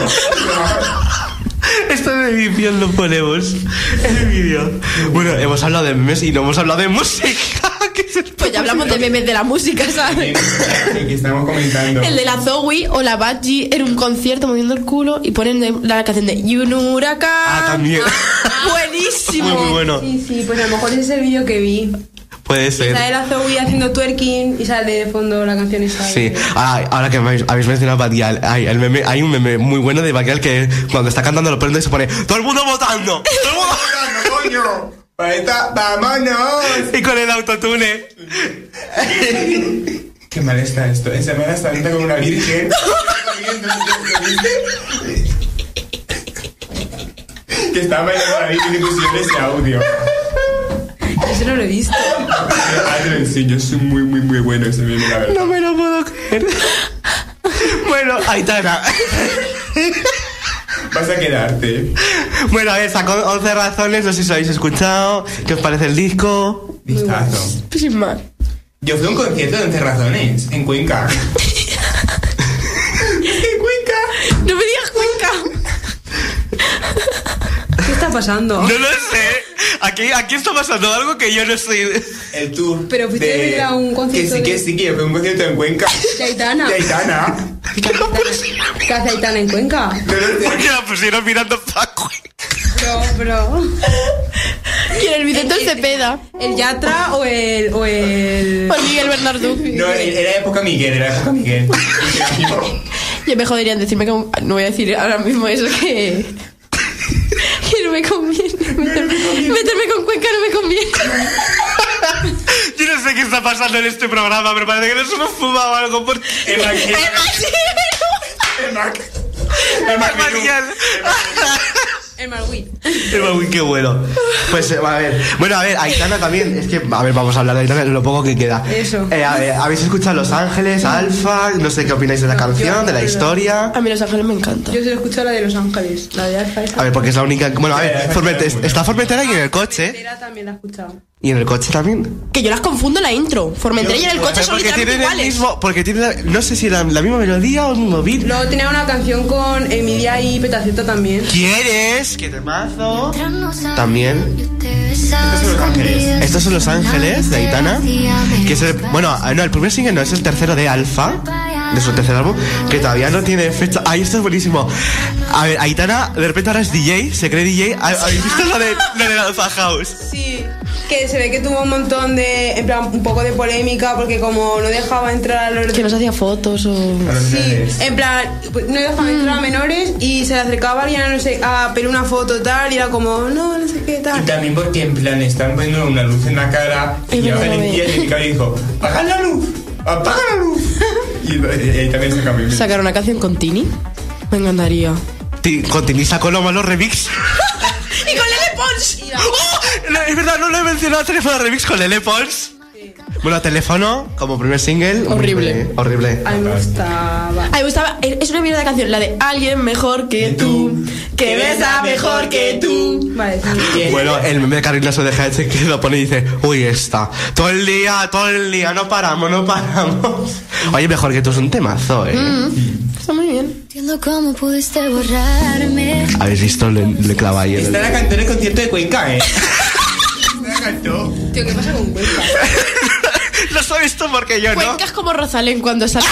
Esto de vídeo lo ponemos. El vídeo. Bueno, hemos hablado de memes y no hemos hablado de música. que es el-
Pues ya hablamos de memes de la música, ¿sabes?
Sí, que estamos comentando.
El de la Zoe o la Badgie en un concierto moviendo el culo y ponen de- la canción de Y un huracán.
Ah, también.
Buenísimo.
Muy, muy bueno.
Sí, sí, pues a lo mejor ese es el vídeo que vi.
Puede ser.
Sale la Zoe haciendo twerking y sale de fondo la canción esa.
Sí, Ah, ahora que me habéis, habéis mencionado a Batial, hay, el meme- hay un meme muy bueno de Batial que cuando está cantando lo prende y se pone ¡Todo el mundo votando! ¡Todo el mundo
¡Vámonos, coño! ¡Para esta, vámonos!
votando!" Y con el autotune.
Qué mal está esto. En Semana Santa con una virgen. que estaba bailando la virgen y pusieron ese audio.
Eso no lo he visto.
Ay, lo enseño, soy muy, muy, muy bueno ese meme, la verdad.
No me lo puedo creer. Bueno, Aitana.
Vas a quedarte.
Bueno, a ver, sacó 11 razones, no sé si lo habéis escuchado, qué os parece el disco.
Vistazo.
Pues sin más.
Yo fui a un concierto de 11 razones en Cuenca. en Cuenca.
No me digas cuenca.
¿Qué está pasando?
No lo sé. Aquí, aquí está pasando algo que yo no estoy...
El tour.
Pero fuiste a ver a un concierto
Que sí, que
de-
sí, que yo fui a un concierto en Cuenca.
De Aitana.
De Aitana.
¿Qué hace Aitana en Cuenca?
No lo sé.
Porque la pusieron mirando Paco.
Bro, bro.
¿Quién el Vicente Cepeda?
¿El Yatra o el. o el.
O Miguel Bernardú.
No, e, era época Miguel, era época Miguel. Yo
Ya me joderían decirme que... No voy a decir ahora mismo eso que... Que no me conviene. Meterme, meterme con cuenca no me conviene.
Yo no sé qué está pasando en este programa, pero parece que nos hemos fumado algo por...
Imagino. El Mac. El Mac Menú.
Marial.
El Marwin.
Eva, uy, qué bueno. Pues eh, a ver. Bueno, a ver, Aitana también. Es que, a ver, vamos a hablar de Aitana, lo poco que queda.
Eso.
Eh, a ver, ¿habéis escuchado Los Ángeles, Alfa? No sé qué opináis de la canción, de la historia.
A mí Los Ángeles me encanta.
Yo se lo escucho a la de Los Ángeles. La de Alfa esa.
A ver, porque es la única. Bueno, a
Sí,
ver,
la
Formente-
canción es muy
está
buena.
Formentera y en el coche.
Formentera también la he escuchado.
Y en el coche también.
Que yo las confundo en la intro. Formentera y en el coche son
porque
literalmente
tienen el
iguales.
mismo. Porque tienen. la- No sé si la, la misma melodía o el mismo beat.
Luego tenía una canción con Emilia y Petaceta también.
¿Quieres? ¡Qué temazo! También.
También.
Estos son Los Ángeles de Aitana. Que es el, bueno, ah, no, el primer single no, es el tercero de Alfa. de su tercer álbum, que todavía no tiene fecha. Ahí esto es buenísimo. A ver, Aitana, de repente ahora es DJ, se cree DJ. ¿Ha- ¿Habéis visto lo de, lo de Alpha House?
Sí, que se ve que tuvo un montón de. En plan, un poco de polémica porque como no dejaba entrar a los.
Que nos hacía fotos o.
Sí, en plan, pues, no
Mm.
dejaba entrar a menores y se le acercaba alguien a, no sé, a pedir una foto tal y era como, no, no sé qué
Y
tal.
también porque en plan le están poniendo una luz en la cara
Es
y
verdad,
ahora en el
eh.
día y el cabello dijo, apaga la luz, apaga la luz. Y eh, eh, también se cambió.
Sacar una canción con Tini. Me encantaría.
Ti- Con Tini sacó lo malo remix.
¡Y con Lele Pons!
¡Oh! No, Es verdad, no lo he mencionado. Teléfono remix con Lele Pons. Bueno, teléfono como primer single.
Horrible.
muy- horrible.
A mí me gustaba.
Ay, me gustaba. Es una mierda de canción, la de alguien mejor que
Que
tú,
tú,
que besa mejor que tú.
Vale, sí.
Bueno, el meme de Carolina se deja de que lo pone y dice, uy, está. Todo el día, todo el día, no paramos, no paramos. Oye, mejor que tú es un temazo, ¿eh?
Mm. Está muy bien.
Entiendo cómo pudiste borrarme.
Habéis visto, le, le clava ahí el...
Está la cantó en el concierto de Cuenca, eh. la cantó.
Tío, ¿qué pasa con Cuenca?
Lo sabes tú porque yo no.
Cuenca es como Rosalén cuando sale.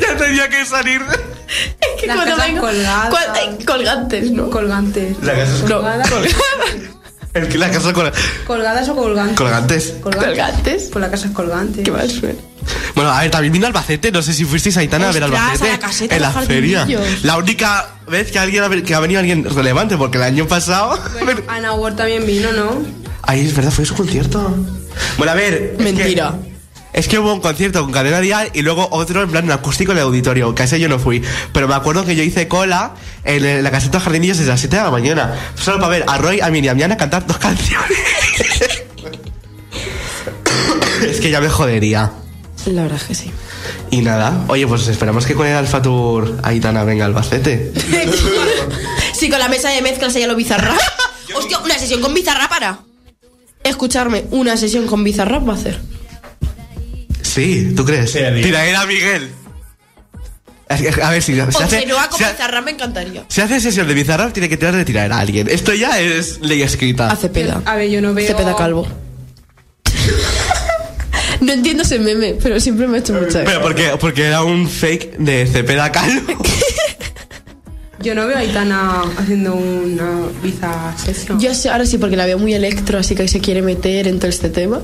Ya tenía que salir.
Es que
Las
cuando
casas
vengo-
colgadas.
cuan- ay, colgantes, ¿no?
Colgantes.
La casa es
colgadas.
El que la casa con...
¿Colgadas o colgantes?
Colgantes.
Colgantes.
Pues la casa es colgante.
Qué mal suena.
Bueno, a ver, también vino Albacete. No sé si fuisteis Aitana a ver
Ostras,
Albacete.
a la caseta
en
de
la
los
feria.
jardinillos.
La única vez que, alguien ha, ven- que ha venido alguien relevante, porque el año pasado.
Bueno, Ana Ward también vino, ¿no?
Ahí es verdad, fue su concierto. Bueno, a ver. es que-
Mentira.
Es que hubo un concierto con Cadena Dial y luego otro en plan acústico en el auditorio, que a ese yo no fui. Pero me acuerdo que yo hice cola en el- la caseta de jardinillos desde las 7 de la mañana. Solo para ver a Roy, a Miriam y a Ana cantar dos canciones. es que ya me jodería.
La verdad es que sí.
Y nada, oye, pues esperamos que con el Alfa Tour Aitana venga a Albacete.
Sí, con la mesa de mezclas ella lo bizarra. Hostia, una sesión con bizarra para. Escucharme, una sesión con Bizarrap va a hacer.
Sí, ¿tú crees?
Sí, amigo.
Tiraera Miguel. Es que, A ver, si se
O
hace,
Chenoa con
si ha-
Bizarrap me encantaría.
si hace sesión de Bizarrap, tiene que tirar de tirar a alguien. Esto ya es ley escrita.
A Cepeda.
A ver, yo no veo-
Cepeda Calvo. no entiendo ese meme, pero siempre me ha hecho mucha
Pero
gracia.
porque, porque era un fake de Cepeda Calvo.
Yo no veo a Aitana haciendo una biza sesión.
Yo sé- ahora sí, porque la veo muy electro, así que se quiere meter en todo este tema.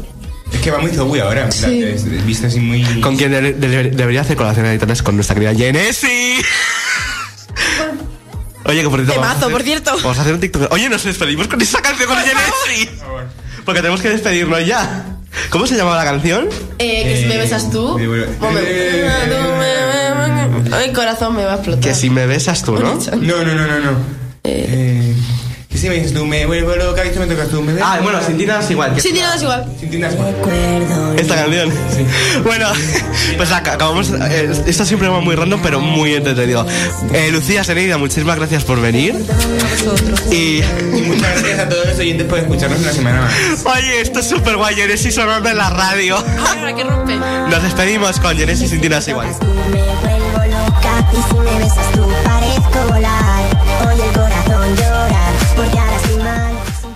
Es que va muy zombie ahora. en plan,
Sí.
es- Visto así muy.
con quien de- de- debería hacer colación de Aitana es con nuestra querida Genesi. Oye, que por cierto. vamos a
Temazo, por cierto.
Vamos a hacer un TikTok. Oye, nos despedimos con esa canción con Genesi. Porque tenemos que despedirnos ya. ¿Cómo se llamaba la canción?
Eh, que si me besas tú. Oh,
Eh, bueno.
Momento.
Eh.
Ay, corazón me va a explotar.
Que si me besas tú, ¿no?
No, no, no, no, no. Eh. Que si me dices tú, me vuelvo loca y tú me tocas tú, me ves.
Ah, bueno, sin ti nada es igual. que-
Sí, tiene es igual.
Sin ti nada es igual.
Esta canción. Bueno, pues acá, acabamos. eh, esto es un programa muy random, pero muy entretenido. Eh, Lucía Seneida, muchísimas gracias por venir. Y.
Y muchas gracias a todos los oyentes por escucharnos una semana más.
Oye, esto es súper guay, Genesis sonando en la radio.
Ahora que rompe.
Nos despedimos con Genesis sin ti nada es igual.
Me vuelvo loca y si me besas tú